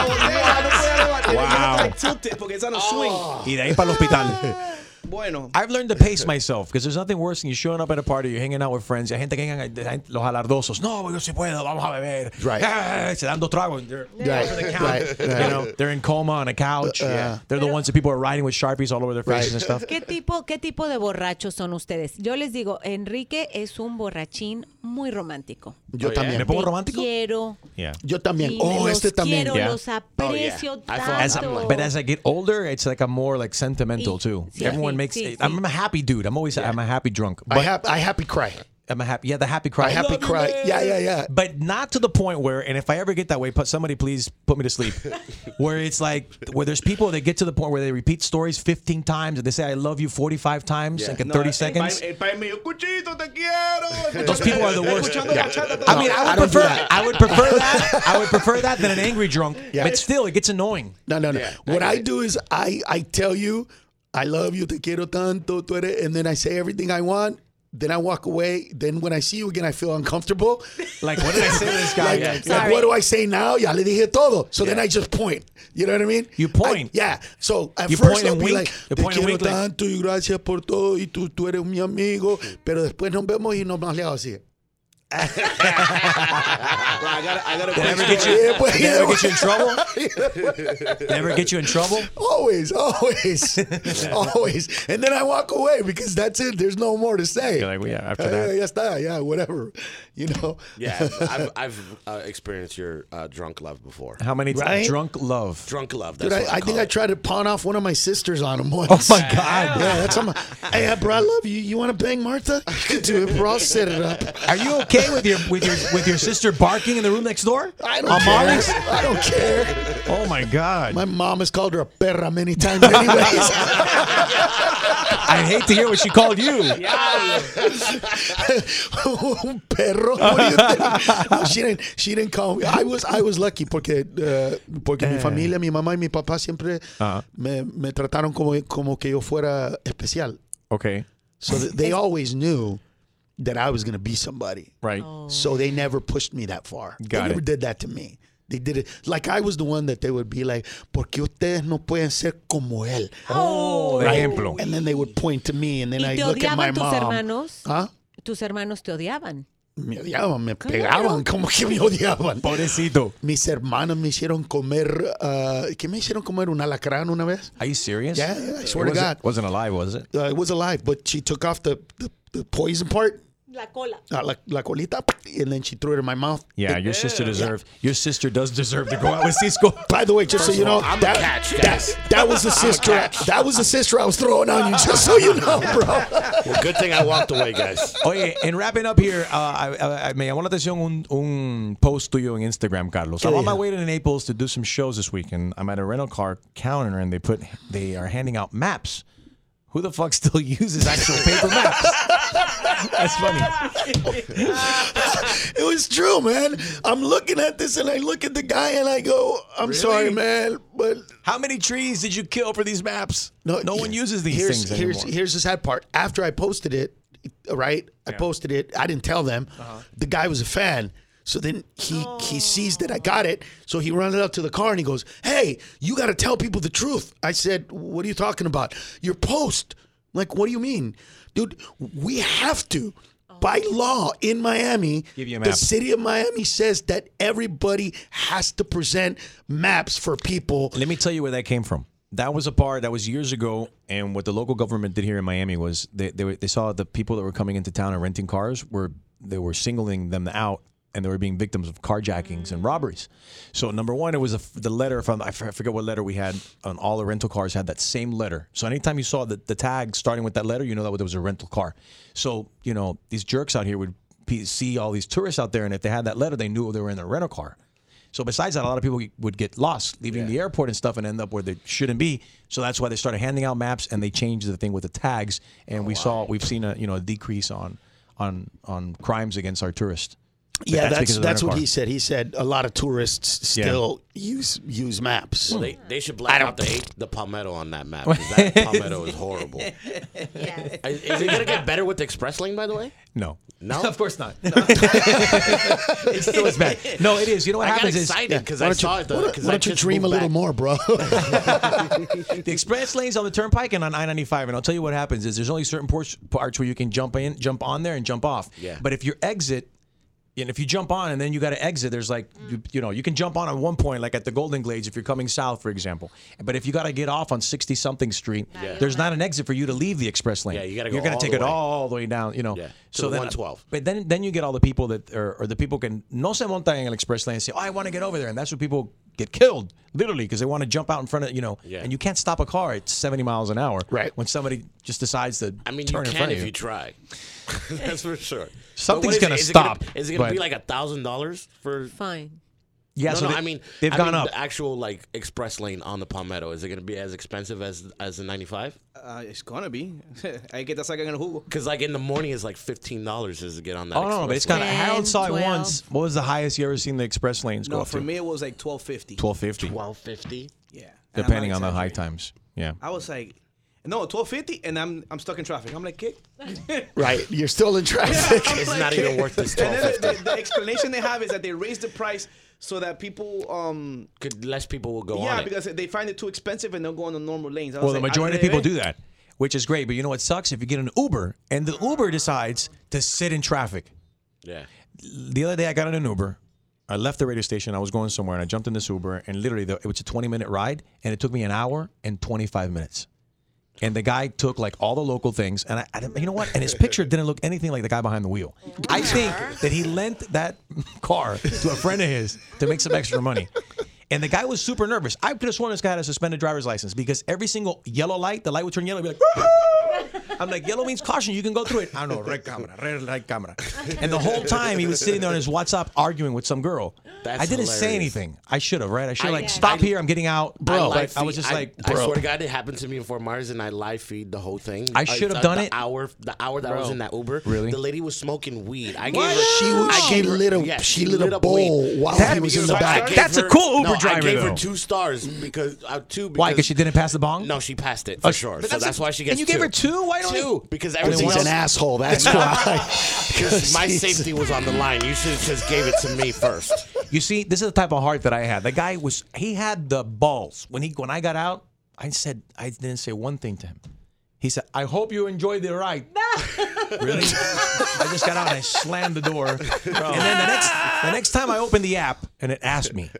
Speaker 3: botella no podía levantar.
Speaker 2: Wow.
Speaker 3: Like tilted porque it's on a
Speaker 8: Oh.
Speaker 3: swing.
Speaker 2: Y de ahí para el hospital.
Speaker 3: Bueno.
Speaker 2: I've learned to pace myself because there's nothing worse than you showing up at a party, you're hanging out with friends, y hay gente que llegan, los alardosos, no, yo sí puedo, vamos a beber.
Speaker 4: Right.
Speaker 2: Ah, se dan dos tragos. and They're,
Speaker 4: Right,
Speaker 2: over the
Speaker 4: right,
Speaker 2: couch.
Speaker 4: right.
Speaker 2: You know, they're in coma on a couch.
Speaker 4: Uh, uh.
Speaker 2: yeah. They're the ones that people are riding with sharpies all over their faces
Speaker 4: Right.
Speaker 2: and stuff.
Speaker 6: ¿Qué tipo, ¿Qué tipo de borrachos son ustedes? Yo les digo, Enrique es un borrachín muy romántico.
Speaker 4: Yo también.
Speaker 2: ¿Me pongo romántico?
Speaker 6: Quiero.
Speaker 2: Yeah.
Speaker 4: Yo también.
Speaker 6: y
Speaker 4: Oh,
Speaker 6: los
Speaker 4: este también.
Speaker 6: Quiero,
Speaker 2: Yeah.
Speaker 6: los
Speaker 8: Oh, yeah.
Speaker 6: aprecio
Speaker 8: I
Speaker 6: tanto.
Speaker 8: thought-
Speaker 2: As I- but as I get older, it's like I'm more like sentimental
Speaker 6: Y-
Speaker 2: too.
Speaker 6: sí,
Speaker 2: Everyone
Speaker 6: sí,
Speaker 2: makes.
Speaker 6: sí,
Speaker 2: I'm
Speaker 6: sí.
Speaker 2: a happy dude. I'm always. I'm a happy drunk.
Speaker 4: I,
Speaker 2: But
Speaker 4: hap- I happy cry.
Speaker 2: I'm a happy. Yeah, the happy cry.
Speaker 4: I happy cry. Yeah, yeah, yeah.
Speaker 2: but not to the point where and if i ever get that way put somebody please put me to sleep where it's like where there's people that get to the point where they repeat stories 15 times and they say i love you 45 times like in
Speaker 3: No,
Speaker 2: 30
Speaker 3: el
Speaker 2: seconds
Speaker 3: pa- El país me dijo, cuchito, te quiero.
Speaker 2: Those people are the worst.
Speaker 3: Escuchando
Speaker 2: Yeah.
Speaker 3: bachata todo
Speaker 2: I mean, I
Speaker 4: I
Speaker 2: would
Speaker 4: don't do
Speaker 2: prefer
Speaker 4: that.
Speaker 2: I would prefer that I would prefer that than an angry drunk.
Speaker 4: Yeah.
Speaker 2: But still, it gets annoying.
Speaker 4: No, no, no. what I do is I, I tell you, I love you, te quiero tanto, tú eres, and then I say everything I want. Then I walk away. Then when I see you again, I feel uncomfortable.
Speaker 2: Like, what did I say to this guy?
Speaker 4: Like, like, what do I say now? Ya le dije todo. So then I just point. You know what I mean?
Speaker 2: You point.
Speaker 4: I- yeah. So at
Speaker 2: You
Speaker 4: first
Speaker 2: point
Speaker 4: I'll
Speaker 2: and
Speaker 4: be
Speaker 2: wink.
Speaker 4: like,
Speaker 2: You
Speaker 4: te
Speaker 2: point and
Speaker 4: quiero
Speaker 2: wink like-
Speaker 4: tanto y gracias por todo y tú, tú eres mi amigo. Pero después nos vemos y nos más le hago así.
Speaker 3: Well, I gotta, I gotta
Speaker 2: Did I ever
Speaker 3: quit.
Speaker 2: get you,
Speaker 4: Yeah, pues,
Speaker 2: did I ever get you in trouble?
Speaker 4: trouble?
Speaker 2: Did I ever get you in trouble?
Speaker 4: always, always, always. And then I walk away because that's it. There's no more to say.
Speaker 2: You're like, well, yeah, after
Speaker 4: Uh,
Speaker 2: that.
Speaker 4: ya está, yeah, whatever. You know?
Speaker 8: Yeah, I've, I've uh, experienced your uh, drunk love before.
Speaker 2: How many times?
Speaker 4: Right?
Speaker 2: Drunk love.
Speaker 8: Drunk love. That's
Speaker 4: Dude, I,
Speaker 8: what
Speaker 4: I think
Speaker 8: call
Speaker 4: I
Speaker 8: it.
Speaker 4: tried to pawn off one of my sisters on him once.
Speaker 2: Oh my God.
Speaker 4: Yeah, that's how my, Hey, uh, bro, I love you. You want to bang Martha? I could do it, bro. I'll set it up.
Speaker 2: Are you okay with your with your with your sister barking in the room next door?
Speaker 4: I don't
Speaker 2: Amaris?
Speaker 4: care. I don't care.
Speaker 2: Oh my God!
Speaker 4: My mom has called her a perra many times, anyways.
Speaker 2: I'd hate to hear what she called you.
Speaker 4: Un perro. What do you think? No, she didn't. She didn't call me. I was. I was lucky porque uh, porque
Speaker 8: Eh.
Speaker 4: mi familia, mi mamá y mi papá siempre
Speaker 8: Uh-huh.
Speaker 2: Ajá.
Speaker 4: me, me trataron como como que yo fuera especial.
Speaker 2: Okay,
Speaker 4: So th- they always knew that I was going to be somebody.
Speaker 2: right.
Speaker 4: So they never pushed me that far.
Speaker 2: Got
Speaker 4: they never
Speaker 2: it.
Speaker 4: did that to me. They did it like I was the one that they would be like, "Porque ustedes no pueden ser como él."
Speaker 2: Oh, de ejemplo.
Speaker 4: And then they would point to me, and then I
Speaker 6: ¿Y te
Speaker 4: look at my
Speaker 6: odiaban tus
Speaker 4: mom.
Speaker 6: hermanos?
Speaker 2: Ah.
Speaker 4: Huh?
Speaker 6: Tus hermanos te odiaban.
Speaker 4: Me odiaban, me pegaban, como que me odiaban.
Speaker 2: Pobrecito.
Speaker 4: Mis hermanos me hicieron comer, uh, ¿qué me hicieron comer? ¿Un alacrán una vez?
Speaker 2: Are you serious?
Speaker 4: Yeah, yeah, I swear to
Speaker 2: It wasn't-
Speaker 4: God.
Speaker 2: Wasn't alive, was it?
Speaker 4: Uh, it was alive, but she took off the, the, the poison part,
Speaker 6: La cola.
Speaker 4: uh, la, la colita, and then she threw it in my mouth.
Speaker 2: Yeah, your sister deserves. Your sister does deserve to go out with Cisco.
Speaker 4: By the way, just so you know,
Speaker 8: I'm a
Speaker 4: that,
Speaker 8: catch, guys.
Speaker 4: that, that was the sister. That was the sister I was throwing on you. Just so you know, bro.
Speaker 8: Well, good thing I walked away, guys.
Speaker 2: Oye, and wrapping up here, uh, I- I- I- me llamó la atención un, un post tuyo en Instagram, Carlos. I'm on my
Speaker 4: dijo?
Speaker 2: way to Naples to do some shows this weekend. I'm at a rental car counter and they put they are handing out maps. Who the fuck still uses actual paper maps? That's funny.
Speaker 4: It was true, man. I'm looking at this and I look at the guy and I go, I'm sorry, man, but
Speaker 2: How many trees did you kill for these maps? No, one uses these
Speaker 4: here's,
Speaker 2: things
Speaker 4: here's,
Speaker 2: anymore.
Speaker 4: Here's the sad part. After I posted it, right? I posted it. I didn't tell them.
Speaker 2: Uh-huh.
Speaker 4: The guy was a fan. So then he he sees that I got it. So he runs up to the car and he goes, "Hey, you got to tell people the truth." I said, "What are you talking about? Your post? Like, what do you mean, dude? We have to." By law in Miami,
Speaker 2: Give you a
Speaker 4: the
Speaker 2: map.
Speaker 4: city of Miami says that everybody has to present maps for people.
Speaker 2: Let me tell you where that came from. That was a bar that was years ago, and what the local government did here in Miami was they they, were, they saw the people that were coming into town and renting cars were they were singling them out, and they were being victims of carjackings and robberies. So number one, it was a f the letter from I for- I forget what letter we had on all the rental cars had that same letter. So anytime you saw the, the tag starting with that letter, you know that there was a rental car. So you know these jerks out here would pe- see all these tourists out there, and if they had that letter, they knew they were in a rental car. So besides that, a lot of people would get lost leaving the airport and stuff and end up where they shouldn't be. So that's why they started handing out maps and they changed the thing with the tags. And we saw we've seen a you know a decrease on on on crimes against our tourists. But
Speaker 4: Yeah, that's
Speaker 2: because
Speaker 4: that's,
Speaker 2: of the rental
Speaker 4: what
Speaker 2: car.
Speaker 4: he said. He said a lot of tourists
Speaker 2: Yeah.
Speaker 4: still use use maps.
Speaker 2: Hmm.
Speaker 8: Well, they, they should black out the, the palmetto on that map because that palmetto is horrible. Is, is it going to get better with the express lane, by the way?
Speaker 2: No,
Speaker 8: No?
Speaker 2: of course not. it's still as bad. No, it is. You know what
Speaker 8: I got
Speaker 2: happens is
Speaker 8: excited because I saw it.
Speaker 4: why
Speaker 8: though,
Speaker 4: don't,
Speaker 8: 'cause
Speaker 4: why
Speaker 8: I
Speaker 4: don't you
Speaker 8: just
Speaker 4: dream a
Speaker 8: moved
Speaker 4: little
Speaker 8: back.
Speaker 4: more, bro?
Speaker 2: the express lanes on the turnpike and on I ninety five, and I'll tell you what happens is there's only certain ports, parts where you can jump in, jump on there, and jump off.
Speaker 8: Yeah.
Speaker 2: But if your exit, and if you jump on and then you got to exit, there's like you, you know you can jump on at one point, like at the Golden Glades, if you're coming south, for example. But if you got to get off on sixty something Street, there's not an exit for you to leave the express lane.
Speaker 8: Yeah, you gotta go
Speaker 2: You're gonna
Speaker 8: all
Speaker 2: take
Speaker 8: the
Speaker 2: it
Speaker 8: way.
Speaker 2: all the way down. You know.
Speaker 8: Yeah, to the
Speaker 2: then-
Speaker 8: 112.
Speaker 2: But then then you get all the people that are, or the people can no se montan en el express lane and say, oh, I want to get over there, and that's where people get killed literally because they want to jump out in front of you know
Speaker 8: Yeah.
Speaker 2: and you can't stop a car at 70 miles an hour
Speaker 4: Right.
Speaker 2: when somebody just decides to
Speaker 8: I mean, you
Speaker 2: turn in front
Speaker 8: can
Speaker 2: of
Speaker 8: if
Speaker 2: you,
Speaker 8: you try. That's for sure. But
Speaker 2: Something's
Speaker 8: what is it-
Speaker 2: gonna
Speaker 8: is it gonna-
Speaker 2: stop,
Speaker 8: Is it going
Speaker 2: but-
Speaker 8: to be like a thousand dollars for?
Speaker 6: Fine.
Speaker 2: yeah
Speaker 8: no,
Speaker 2: so
Speaker 8: no,
Speaker 2: they-
Speaker 8: I mean
Speaker 2: they've
Speaker 8: I
Speaker 2: gone
Speaker 8: mean,
Speaker 2: up
Speaker 8: The actual like express lane on the Palmetto is it going to be as expensive as as the ninety five?
Speaker 3: Uh, it's gonna be. Hay que te sacan el jugo.
Speaker 8: Because like in the morning it's like fifteen dollars just to get on that.
Speaker 2: oh no, no but it's kind of
Speaker 6: lane.
Speaker 2: harold saw it
Speaker 6: 10,
Speaker 2: once what was the highest you ever seen the express lanes go
Speaker 3: No,
Speaker 2: up
Speaker 3: for
Speaker 2: to?
Speaker 3: me it was like twelve fifty.
Speaker 2: 1250
Speaker 8: twelve fifty.
Speaker 3: Yeah. And I'm not
Speaker 2: depending on the high
Speaker 3: exaggerating.
Speaker 2: times yeah
Speaker 3: I was like, no, twelve fifty, and I'm I'm stuck in traffic. I'm like, kick.
Speaker 4: right, you're still in traffic.
Speaker 8: It's not even worth this
Speaker 3: And
Speaker 8: twelve
Speaker 3: then
Speaker 8: fifty.
Speaker 3: the, the explanation they have is that they raised the price so that people, um,
Speaker 8: Could less people will go on
Speaker 3: yeah,
Speaker 8: it.
Speaker 3: because they find it too expensive and they'll go on the normal lanes. I was
Speaker 2: Well, the
Speaker 3: like,
Speaker 2: majority of
Speaker 3: "Ay,
Speaker 2: people
Speaker 3: bebé."
Speaker 2: do that, which is great. But you know what sucks? If you get an Uber and the Uber decides to sit in traffic,
Speaker 8: yeah.
Speaker 2: the other day I got in an Uber. I left the radio station. I was going somewhere, and I jumped in this Uber, and literally, the, it was a 20 minute ride, and it took me an hour and 25 minutes. And the guy took like all the local things, and I, I didn't- you know what? And his picture didn't look anything like the guy behind the wheel. I think that he lent that car to a friend of his to make some extra money. And the guy was super nervous. I could have sworn this guy had a suspended driver's license because every single yellow light, the light would turn yellow, and be like, I'm like, yellow means caution. You can go through it. I know, red camera, red light camera. And the whole time he was sitting there on his WhatsApp arguing with some girl.
Speaker 8: That's
Speaker 2: I didn't say
Speaker 8: hilarious.
Speaker 2: anything. I should have, right? I should
Speaker 8: I-
Speaker 2: have, like, stop
Speaker 8: I-
Speaker 2: here. I'm getting out. Bro, I,
Speaker 8: live
Speaker 2: I was
Speaker 8: feed-
Speaker 2: just like,
Speaker 8: I
Speaker 2: bro.
Speaker 8: swear to God, it happened to me in Fort Myers, and I live feed the whole thing.
Speaker 2: I should have
Speaker 8: the-
Speaker 2: done
Speaker 8: the
Speaker 2: it.
Speaker 8: Hour, the hour that I was in that Uber.
Speaker 2: Really?
Speaker 8: The lady was smoking weed. I gave
Speaker 4: What?
Speaker 8: her.
Speaker 4: She was-
Speaker 8: I
Speaker 4: she
Speaker 8: gave her-
Speaker 4: lit a-
Speaker 8: yes,
Speaker 4: she lit a
Speaker 8: up weed.
Speaker 4: bowl while
Speaker 8: That-
Speaker 4: he was in
Speaker 8: because
Speaker 4: the
Speaker 8: I
Speaker 4: back.
Speaker 8: gave
Speaker 2: That's a
Speaker 8: her-
Speaker 2: cool Uber
Speaker 8: no,
Speaker 2: driver,
Speaker 8: I gave
Speaker 2: though.
Speaker 8: her two stars because uh, two. Because,
Speaker 2: Why? Because she didn't pass the bong?
Speaker 8: No, she passed it for
Speaker 2: Oh,
Speaker 8: sure.
Speaker 2: but
Speaker 8: so
Speaker 2: that's a-
Speaker 8: that's why she
Speaker 2: and
Speaker 8: gets
Speaker 2: you gave her two? Why don't you-
Speaker 8: two? Because everything
Speaker 4: He's
Speaker 8: else.
Speaker 4: an asshole. That's why.
Speaker 8: Because my
Speaker 4: He's-
Speaker 8: safety was on the line. You should have just gave it to me first.
Speaker 2: You see, this is the type of heart that I had. The guy was he had the balls. When he when I got out, I said I didn't say one thing to him. He said, I hope you enjoyed the ride. really? I just got out and I slammed the door. And then the next the next time I opened the app and it asked me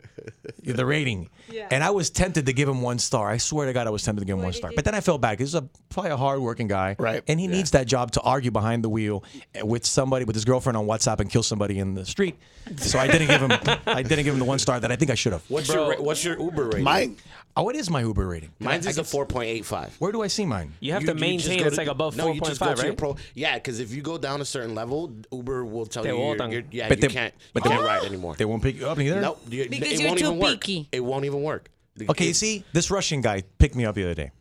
Speaker 2: the rating. And I was tempted to give him one star. I swear to God, I was tempted to give him one star. But then I felt bad because he's a, probably a hardworking guy.
Speaker 4: Right.
Speaker 2: And he needs that job to argue behind the wheel with somebody, with his girlfriend on WhatsApp and kill somebody in the street. So I didn't give him I didn't give him the one star that I think I should have.
Speaker 8: What's your ra- What's your Uber rating?
Speaker 4: Mike,
Speaker 2: Oh, it is my Uber rating.
Speaker 8: Mine's is a four point eight five.
Speaker 2: Where do I see mine?
Speaker 5: You have to
Speaker 8: just
Speaker 5: maintain
Speaker 8: go
Speaker 5: it's
Speaker 8: to-
Speaker 5: like above
Speaker 8: no, you just go
Speaker 5: 4.5,
Speaker 8: to your
Speaker 5: right?
Speaker 8: pro- yeah, because if you go down a certain level, Uber will tell
Speaker 5: They
Speaker 8: you
Speaker 5: will
Speaker 8: you're,
Speaker 5: done.
Speaker 8: you're, yeah,
Speaker 2: But
Speaker 8: you
Speaker 2: they-
Speaker 8: can't,
Speaker 2: but
Speaker 8: you
Speaker 2: they-
Speaker 8: can't ride anymore.
Speaker 2: They won't pick you up either?
Speaker 8: Nope, you-
Speaker 6: Because
Speaker 8: it
Speaker 6: you're
Speaker 8: won't
Speaker 6: too
Speaker 8: even work.
Speaker 6: picky.
Speaker 8: It won't even work.
Speaker 2: Okay, you see, this Russian guy picked me up the other day.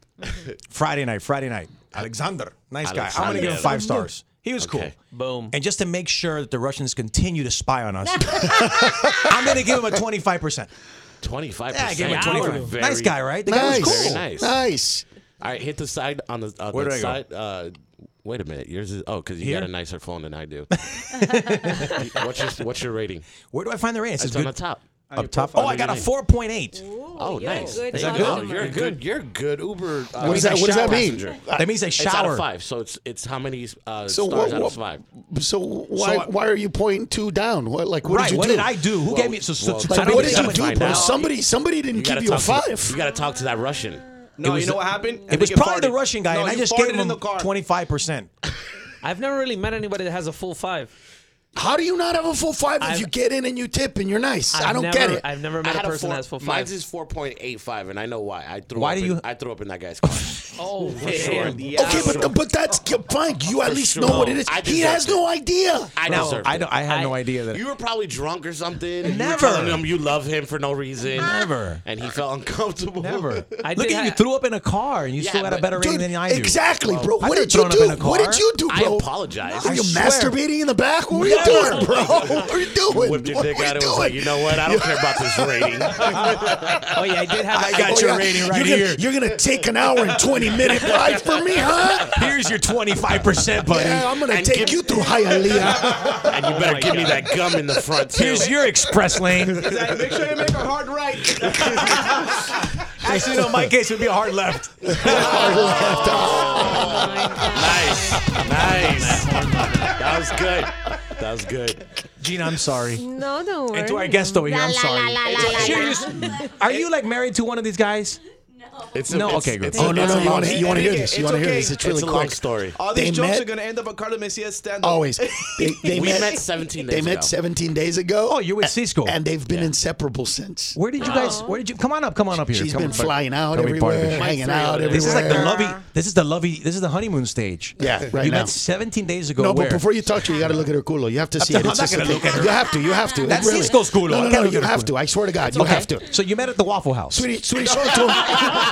Speaker 2: Friday night, Friday night. Alexander, nice guy. I'm going to give him
Speaker 8: Alexander.
Speaker 2: five stars. He was
Speaker 8: Okay.
Speaker 2: cool.
Speaker 5: Boom.
Speaker 2: And just to make sure that the Russians continue to spy on us, I'm going to give him a 25%.
Speaker 8: Twenty five
Speaker 2: Yeah, I gave him a
Speaker 5: Wow.
Speaker 2: 25. Nice guy, right? The guy
Speaker 4: nice.
Speaker 2: was cool.
Speaker 8: Very nice.
Speaker 4: Nice.
Speaker 8: All right, hit the side on the on
Speaker 2: Where
Speaker 8: the
Speaker 2: do I
Speaker 8: side. Uh, wait a minute, yours is oh, because you
Speaker 2: Here?
Speaker 8: got a nicer phone than I do. what's your What's your rating?
Speaker 2: Where do I find the rating? It says
Speaker 8: It's on the
Speaker 2: good-
Speaker 8: top.
Speaker 2: Up top. Oh, I got a 4.8.
Speaker 8: Oh, nice.
Speaker 6: Is
Speaker 2: that
Speaker 8: Oh,
Speaker 2: good?
Speaker 8: you're a good. You're a good Uber. Uh,
Speaker 4: What does that? What does that mean? Uh,
Speaker 8: passenger.
Speaker 2: That means I
Speaker 8: It's out
Speaker 2: shower.
Speaker 8: of five, so it's it's how many uh,
Speaker 4: So
Speaker 8: stars
Speaker 4: what,
Speaker 8: out
Speaker 4: what-
Speaker 8: of five?
Speaker 4: So why
Speaker 2: So I-
Speaker 4: why are you pointing two down? What like what
Speaker 2: right.
Speaker 4: did you
Speaker 2: what
Speaker 4: do?
Speaker 2: did I do? Who
Speaker 8: Well,
Speaker 2: gave me? So, so,
Speaker 8: well,
Speaker 2: so
Speaker 4: Like,
Speaker 8: Somebody
Speaker 4: what did
Speaker 8: gotta
Speaker 4: you do,
Speaker 8: find
Speaker 4: bro?
Speaker 8: out.
Speaker 4: Somebody somebody didn't give
Speaker 8: gotta
Speaker 4: you a
Speaker 8: talk to-
Speaker 4: five.
Speaker 8: you gotta talk to that Russian.
Speaker 3: No,
Speaker 2: was
Speaker 3: you know
Speaker 2: a-
Speaker 3: what happened? I
Speaker 2: It was
Speaker 3: think
Speaker 2: probably the
Speaker 3: farted.
Speaker 2: Russian guy,
Speaker 3: No,
Speaker 2: and I
Speaker 3: you
Speaker 2: just gave
Speaker 3: farted in
Speaker 2: him
Speaker 3: the car.
Speaker 2: 25%.
Speaker 5: I've never really met anybody that has a full five.
Speaker 4: How do you not have a full five if
Speaker 5: I've-
Speaker 4: you get in and you tip and you're nice?
Speaker 5: I've
Speaker 4: I don't
Speaker 5: never,
Speaker 4: get it.
Speaker 5: I've never
Speaker 8: I
Speaker 5: met a
Speaker 8: had
Speaker 5: person
Speaker 8: four-
Speaker 5: that has full five.
Speaker 8: Mine's is four point eight five, and I know why. I threw.
Speaker 2: Why
Speaker 8: up
Speaker 2: do
Speaker 8: in-
Speaker 2: you-
Speaker 8: I threw up in that guy's car.
Speaker 5: oh, for
Speaker 3: Damn,
Speaker 5: sure.
Speaker 3: yeah.
Speaker 4: okay, but the, but that's fine. You at least
Speaker 8: sure.
Speaker 4: know what it is.
Speaker 8: I
Speaker 4: He has
Speaker 8: deserved
Speaker 4: no idea.
Speaker 8: I
Speaker 2: Now,
Speaker 8: deserved
Speaker 2: I,
Speaker 8: it.
Speaker 2: don't, I had no idea that.
Speaker 8: You were probably drunk or something. and You
Speaker 2: Never.
Speaker 8: were telling him you love him for no reason.
Speaker 2: Never.
Speaker 8: And he felt uncomfortable.
Speaker 2: Never.
Speaker 5: I
Speaker 2: Look
Speaker 5: did
Speaker 2: at you
Speaker 5: ha-
Speaker 2: threw up in a car, and you still got a
Speaker 8: but-
Speaker 2: better rating
Speaker 4: Dude,
Speaker 2: than I do.
Speaker 4: exactly, bro.
Speaker 2: I've
Speaker 4: What
Speaker 2: been
Speaker 4: did you
Speaker 2: thrown up
Speaker 4: do?
Speaker 2: in a
Speaker 4: What
Speaker 2: car.
Speaker 4: did you do,
Speaker 8: I
Speaker 4: bro?
Speaker 8: apologize.
Speaker 4: Are you
Speaker 2: swear.
Speaker 4: masturbating in the back? What were you
Speaker 2: Never.
Speaker 4: doing, bro? What were you doing?
Speaker 8: Whipped your
Speaker 4: What
Speaker 8: dick
Speaker 4: were
Speaker 8: out and was like,
Speaker 4: doing?
Speaker 8: you know what? I don't care about this rating.
Speaker 5: Oh yeah, I did have. I
Speaker 2: got
Speaker 4: Oh,
Speaker 2: your
Speaker 4: yeah.
Speaker 2: rating right
Speaker 4: you're
Speaker 2: here.
Speaker 4: Gonna, you're gonna take an hour and twenty minute ride for me, huh?
Speaker 2: Here's your 25%, buddy.
Speaker 4: Yeah, I'm gonna
Speaker 8: And
Speaker 4: take
Speaker 8: give-
Speaker 4: you through Hialeah.
Speaker 8: And you better give me that gum in the front, too.
Speaker 2: Oh Here's your express lane.
Speaker 3: Zach, Make sure you make a hard right.
Speaker 2: Actually, no, my case would be a hard left.
Speaker 8: Oh nice. Nice. That was good. That was good.
Speaker 2: Gina, I'm sorry.
Speaker 6: No, no.
Speaker 2: And to our guest over here, I'm sorry. Serious? Are you like married to one of these guys?
Speaker 8: It's
Speaker 2: No,
Speaker 8: it's-
Speaker 2: okay, good.
Speaker 8: it's a-
Speaker 4: oh no,
Speaker 8: it's
Speaker 4: no,
Speaker 8: a
Speaker 4: you
Speaker 8: long-
Speaker 4: want to you want to hear
Speaker 3: Enrique,
Speaker 4: this? You
Speaker 3: it's
Speaker 4: want to hear
Speaker 3: okay.
Speaker 4: this? It's
Speaker 8: It's
Speaker 4: really
Speaker 8: a long
Speaker 4: quick.
Speaker 8: story.
Speaker 3: All these
Speaker 4: They
Speaker 3: jokes
Speaker 4: met-
Speaker 3: are gonna end up at Carlos Messias stand up.
Speaker 4: Always. They, they
Speaker 8: We
Speaker 4: met,
Speaker 8: met 17
Speaker 4: They
Speaker 8: days
Speaker 4: met
Speaker 8: ago.
Speaker 4: 17 days ago.
Speaker 2: Oh, you're with
Speaker 4: A-
Speaker 2: Cisco.
Speaker 4: And they've been inseparable since.
Speaker 2: Where did you guys? Where did you? Come on up. Come on up here.
Speaker 4: She's
Speaker 2: Come
Speaker 4: been
Speaker 2: on-
Speaker 4: flying out
Speaker 2: come be part of
Speaker 4: everywhere,
Speaker 2: the-
Speaker 4: hanging out everywhere.
Speaker 2: uh, This is like the
Speaker 6: everywhere.
Speaker 2: lovey. This is the lovey. This is the honeymoon stage.
Speaker 4: Yeah, right
Speaker 2: You
Speaker 4: now.
Speaker 2: met 17 days ago.
Speaker 4: No,
Speaker 2: where?
Speaker 4: but before you talk to her, you got to look at her culo. You have to see
Speaker 2: I'm
Speaker 4: it. It's
Speaker 2: not
Speaker 4: just
Speaker 2: gonna
Speaker 4: a-
Speaker 2: look at her.
Speaker 4: You have to. You have to.
Speaker 2: That's
Speaker 4: really.
Speaker 2: Cisco's culo.
Speaker 4: No,
Speaker 2: I
Speaker 4: no,
Speaker 2: can't
Speaker 4: no,
Speaker 2: look
Speaker 4: you
Speaker 2: at her
Speaker 4: have
Speaker 2: culo.
Speaker 4: to. I swear to God, you
Speaker 2: Okay.
Speaker 4: have to.
Speaker 2: So you met at the Waffle House.
Speaker 4: Sweetie, sweetie, show it to him.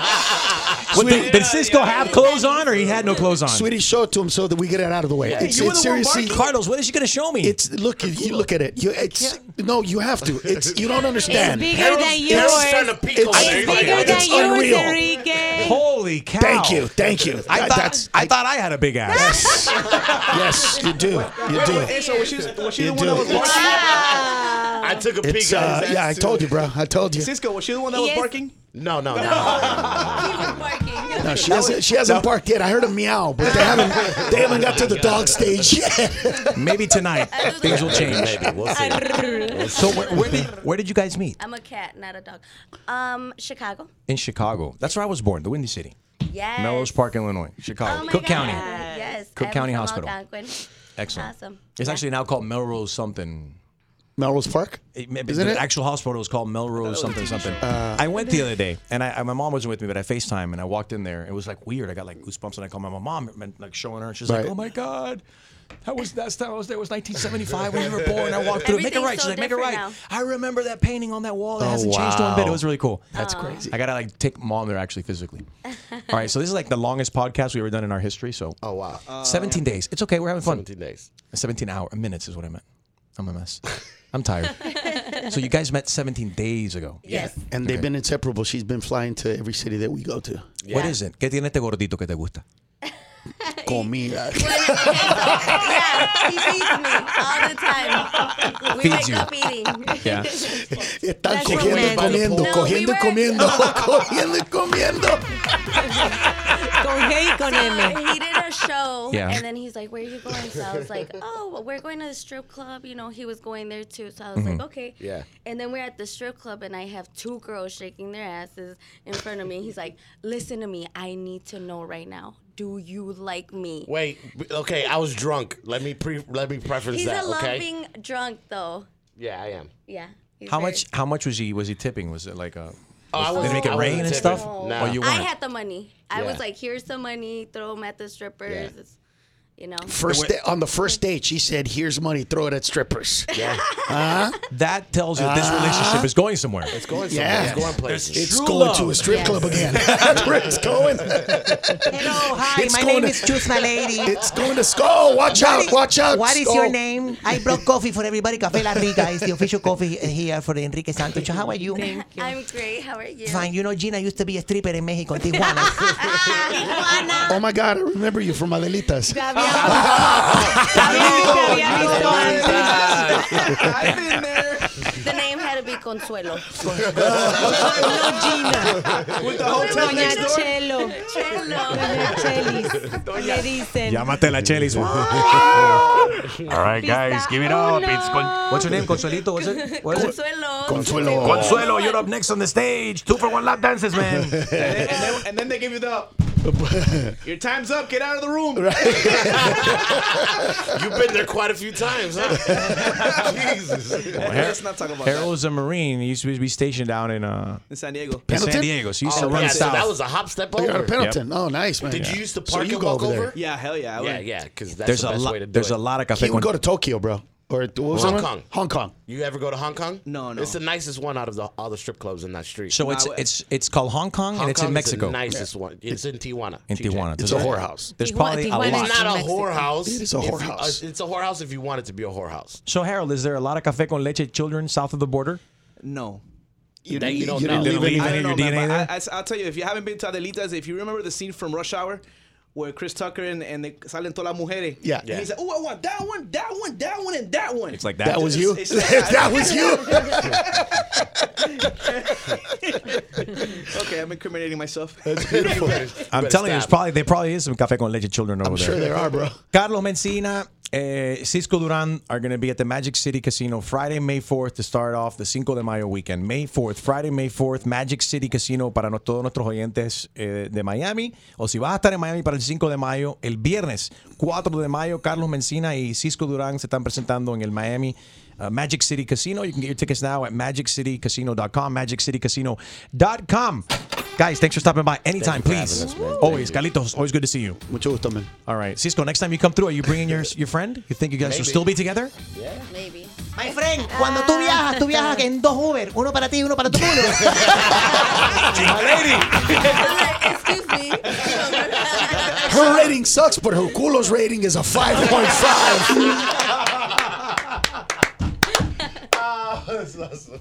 Speaker 2: What,
Speaker 4: sweetie,
Speaker 2: did, did Cisco have clothes on, or he had no clothes on?
Speaker 4: sweetie, show it to him so that we get it out of the way. it's
Speaker 2: you were
Speaker 4: it's
Speaker 2: the one
Speaker 4: seriously.
Speaker 2: barking. Carlos, what is she going to show me?
Speaker 4: It's look. You, you look at it. You, it's no. You have to. It's you don't understand.
Speaker 6: It's bigger than yours.
Speaker 8: It's starting to peak
Speaker 4: It's-
Speaker 8: over there.
Speaker 4: It's
Speaker 6: Bigger than
Speaker 4: It's
Speaker 6: yours,
Speaker 4: unreal.
Speaker 6: Enrique.
Speaker 2: holy cow!
Speaker 4: Thank you. Thank you.
Speaker 2: I
Speaker 4: That-
Speaker 2: thought
Speaker 4: that's-
Speaker 2: I, thought I had a big ass.
Speaker 4: yes. yes, you do. You do.
Speaker 3: Hey, so was she, was she
Speaker 4: You
Speaker 3: the one
Speaker 4: do
Speaker 3: that
Speaker 4: it.
Speaker 3: was
Speaker 4: It's-
Speaker 3: barking?
Speaker 8: I took a peek
Speaker 4: It's
Speaker 8: at
Speaker 4: uh,
Speaker 8: his ass,
Speaker 4: yeah. I
Speaker 8: too.
Speaker 4: told you, bro. I told you.
Speaker 3: Cisco, was she the one that was
Speaker 6: Yes.
Speaker 3: barking?
Speaker 8: No, no, no.
Speaker 4: No, she hasn't, she hasn't parked yet. I heard a meow, but they haven't, they haven't got to the dog stage yet.
Speaker 2: Maybe tonight things will change.
Speaker 8: Maybe we'll see.
Speaker 2: So where, where did where did you guys meet?
Speaker 9: I'm a cat, not a dog. Um, Chicago.
Speaker 2: In Chicago. That's where I was born, the Windy City,
Speaker 9: Yes.
Speaker 2: Melrose Park, Illinois,
Speaker 9: Oh
Speaker 2: Chicago,
Speaker 9: my
Speaker 2: Cook
Speaker 9: God.
Speaker 2: County.
Speaker 9: Yes.
Speaker 2: Cook
Speaker 9: I'm
Speaker 2: County
Speaker 9: from
Speaker 2: Hospital.
Speaker 9: Algonquin.
Speaker 2: Excellent.
Speaker 9: Awesome.
Speaker 2: It's actually now called Melrose something.
Speaker 4: Melrose Park?
Speaker 2: It, maybe
Speaker 4: Isn't
Speaker 2: the
Speaker 4: it? Uh,
Speaker 2: actual hospital is called
Speaker 9: Oh,
Speaker 2: Melrose something something. I went the other day, and I, I- my mom wasn't with me, but I FaceTime and I walked in there. It was like weird. I got like goosebumps, and I called my mom, mom, and, like showing her, and she's
Speaker 4: Right.
Speaker 2: like, "Oh my god." That was that's time I was there. It was 1975 when you were born. I walked through. Make it
Speaker 9: Everything's
Speaker 2: right.
Speaker 9: so
Speaker 2: She's like, make it right.
Speaker 9: different
Speaker 2: I remember that painting on that wall. It
Speaker 4: Oh,
Speaker 2: hasn't changed one bit. It
Speaker 4: wow.
Speaker 2: was really cool. That's crazy. I gotta like take mom there actually physically. All right, so this is like the longest podcast we ever done in our history. So
Speaker 8: Oh wow.
Speaker 4: uh,
Speaker 2: 17 days. It's okay. We're having fun.
Speaker 8: 17 days.
Speaker 2: 17 hour minutes is what I meant. I'm a mess. I'm tired. so you guys met 17 days ago.
Speaker 9: Yes.
Speaker 4: And they've been inseparable. She's been flying to every city that we go to.
Speaker 2: What is it? ¿Qué tiene este gordito que te gusta?
Speaker 4: Comida.
Speaker 9: yeah, he feeds me all the time. We
Speaker 2: Feeds
Speaker 9: wake
Speaker 2: you.
Speaker 9: up eating.
Speaker 2: Yeah.
Speaker 4: Están
Speaker 9: That's
Speaker 4: cogiendo y
Speaker 9: romantic.
Speaker 4: comiendo,
Speaker 9: No,
Speaker 4: cogiendo
Speaker 9: we
Speaker 4: y
Speaker 9: were-
Speaker 4: comiendo, cogiendo y comiendo.
Speaker 6: Con G y con M.
Speaker 9: So he did a show,
Speaker 2: Yeah.
Speaker 9: and then he's like, "Where are you going?" So I was like, "Oh, well, we're going to the strip club." You know, he was going there too, so I was
Speaker 2: Mm-hmm.
Speaker 9: like, "Okay."
Speaker 8: Yeah.
Speaker 9: And then we're at the strip club, and I have two girls shaking their asses in front of me. He's like, "Listen to me. I need to know right now. Do you like me?"
Speaker 8: Wait. Okay, I was drunk. Let me pre. Let me preference
Speaker 9: he's
Speaker 8: that.
Speaker 9: a
Speaker 8: okay.
Speaker 9: loving drunk, though.
Speaker 8: Yeah, I am.
Speaker 9: Yeah. he's
Speaker 2: How
Speaker 9: very-
Speaker 2: much? How much was he? Was he tipping? Was it like a?
Speaker 8: Oh, I
Speaker 2: Did he
Speaker 8: wasn't-
Speaker 2: make it
Speaker 8: I wasn't
Speaker 2: rain and
Speaker 8: tipping.
Speaker 2: stuff?
Speaker 9: No.
Speaker 8: Nah.
Speaker 2: Or you
Speaker 9: I
Speaker 2: want?
Speaker 9: had the money. I was
Speaker 8: Yeah.
Speaker 9: like, "Here's some money. Throw them at the strippers." It's- You know.
Speaker 4: First day, on the first date, she said, "Here's money, throw it at strippers."
Speaker 8: Yeah.
Speaker 2: that tells you this relationship is going somewhere.
Speaker 8: Ah. It's going somewhere.
Speaker 4: Yeah.
Speaker 8: It's going places.
Speaker 4: It's
Speaker 2: True
Speaker 4: going
Speaker 2: love.
Speaker 4: to a strip
Speaker 9: Yes.
Speaker 4: club again. That's where it's going.
Speaker 7: Hello, hi.
Speaker 4: It's
Speaker 7: my
Speaker 4: going
Speaker 7: name
Speaker 4: to-
Speaker 7: is Juice, my lady.
Speaker 4: It's going to skull. Watch
Speaker 7: What
Speaker 4: out!
Speaker 7: is-
Speaker 4: Watch out!
Speaker 7: What is your
Speaker 4: Skull.
Speaker 7: name? I brought coffee for everybody. Café La Rica is the official coffee here for Enrique Santos. How are you?
Speaker 9: I'm great. How are you?
Speaker 7: Fine. You know, Gina used to be a stripper in Mexico, in Tijuana.
Speaker 4: Oh my God! I remember you from Adelitas.
Speaker 3: I've been there
Speaker 9: The name had to be Consuelo.
Speaker 3: with the hotel
Speaker 6: Doña
Speaker 3: next door.
Speaker 6: Chelo. Doña Chelis. Le dicen.
Speaker 2: Llámate la Chelis.
Speaker 10: All right, guys, give it up. It's con-
Speaker 2: What's your name, Consuelito? What's it? What is it?
Speaker 9: Consuelo.
Speaker 4: Consuelo.
Speaker 10: Consuelo, you're up next on the stage. Two for one lap dances, man.
Speaker 3: And then, and then- and then they give you the. Your time's up. Get out of the room.
Speaker 8: You've been there quite a few times, huh? Jesus.
Speaker 3: Let's not talk about
Speaker 2: Harold was a Marine. He used to be stationed down in uh
Speaker 3: that. In San Diego.
Speaker 2: in San
Speaker 4: Pendleton?
Speaker 2: Diego. So he used to
Speaker 8: Oh,
Speaker 2: run
Speaker 8: yeah, so
Speaker 2: south.
Speaker 8: that was a hop step
Speaker 4: You're out
Speaker 8: over.
Speaker 4: of Pendleton. Oh, nice man.
Speaker 8: Did you used to
Speaker 4: So
Speaker 8: park
Speaker 4: you
Speaker 8: and
Speaker 4: go
Speaker 8: walk
Speaker 4: over there.
Speaker 8: over?
Speaker 3: Yeah, hell yeah. I
Speaker 8: Yeah,
Speaker 3: would-
Speaker 8: yeah, because that's
Speaker 2: There's
Speaker 8: the
Speaker 2: a
Speaker 8: best
Speaker 2: lot.
Speaker 8: way to do
Speaker 2: There's a
Speaker 8: it.
Speaker 2: lot of café.
Speaker 4: He would
Speaker 2: con-
Speaker 4: go to Tokyo, bro, or what was
Speaker 8: Hong
Speaker 4: the one?
Speaker 8: Kong.
Speaker 4: Hong Kong.
Speaker 8: You ever go to Hong Kong?
Speaker 3: No, no.
Speaker 8: It's the nicest one out of the all the strip clubs in that street.
Speaker 2: So it's
Speaker 3: I-
Speaker 2: it's it's called Hong Kong
Speaker 8: Hong
Speaker 2: and it's
Speaker 8: Kong
Speaker 2: in Mexico.
Speaker 8: Is the nicest one. It's in Tijuana.
Speaker 2: in
Speaker 8: TJ.
Speaker 2: Tijuana.
Speaker 4: It's
Speaker 2: There's
Speaker 4: a whorehouse.
Speaker 2: There's
Speaker 6: Tijuana-
Speaker 2: probably a
Speaker 6: Tijuana is
Speaker 2: lot.
Speaker 8: It's not a
Speaker 6: Mexico.
Speaker 8: whorehouse.
Speaker 4: It is a
Speaker 8: If you-
Speaker 4: whorehouse.
Speaker 8: uh, it's a whorehouse if you want it to be a whorehouse.
Speaker 2: So Harold, is there a lot of café con leche children south of the border?
Speaker 3: No.
Speaker 4: You,
Speaker 8: That you don't
Speaker 4: didn't
Speaker 8: know.
Speaker 4: leave
Speaker 2: Didn't
Speaker 4: any-
Speaker 2: leave
Speaker 3: I
Speaker 2: any
Speaker 3: don't
Speaker 2: of
Speaker 3: know,
Speaker 2: your
Speaker 3: man,
Speaker 2: DNA
Speaker 3: but
Speaker 2: there?
Speaker 3: I, I, will tell you, if you haven't been to Adelitas, if you remember the scene from Rush Hour where Chris Tucker and, and they salen todas las mujeres.
Speaker 4: Yeah.
Speaker 3: And he said, oh, I want that one, that one, that one, and that one.
Speaker 2: It's like
Speaker 4: That was you.
Speaker 3: It's- it's-
Speaker 4: that was you.
Speaker 3: okay, I'm incriminating myself.
Speaker 4: Beautiful.
Speaker 2: I'm
Speaker 8: better
Speaker 2: telling you, there's
Speaker 8: stab.
Speaker 2: probably there probably is some café con leche children over
Speaker 4: I'm
Speaker 2: there.
Speaker 4: sure there are, bro.
Speaker 2: Carlos Mencina, eh, Cisco Duran are going to be at the Magic City Casino Friday, May 4th to start off the Cinco de Mayo weekend. May 4th, Friday, May 4th, Magic City Casino para no- todos nuestros oyentes eh, de Miami. O si vas a estar en Miami para el 5 de mayo, el viernes 4 de mayo, Carlos Mencina y Cisco Duran se están presentando en el Miami uh, Magic City Casino. You can get your tickets now at magiccitycasino.com, magiccitycasino.com. Guys, thanks for stopping by anytime,
Speaker 8: for having
Speaker 2: please.
Speaker 8: us, man. Thank
Speaker 2: always, Carlitos, always good to see you.
Speaker 4: Mucho gusto, man.
Speaker 2: All right, Cisco. Next time you come through, are you bringing your your friend? You think you guys will
Speaker 8: Maybe.
Speaker 2: still be together?
Speaker 9: Maybe.
Speaker 7: My friend, cuando tú viajas, tú viajas en dos Uber. Uno para ti y uno para tu culo.
Speaker 9: I'm like, excuse me.
Speaker 4: Her rating sucks, but her culo's rating is a 5.5.
Speaker 8: Ah, That's awesome.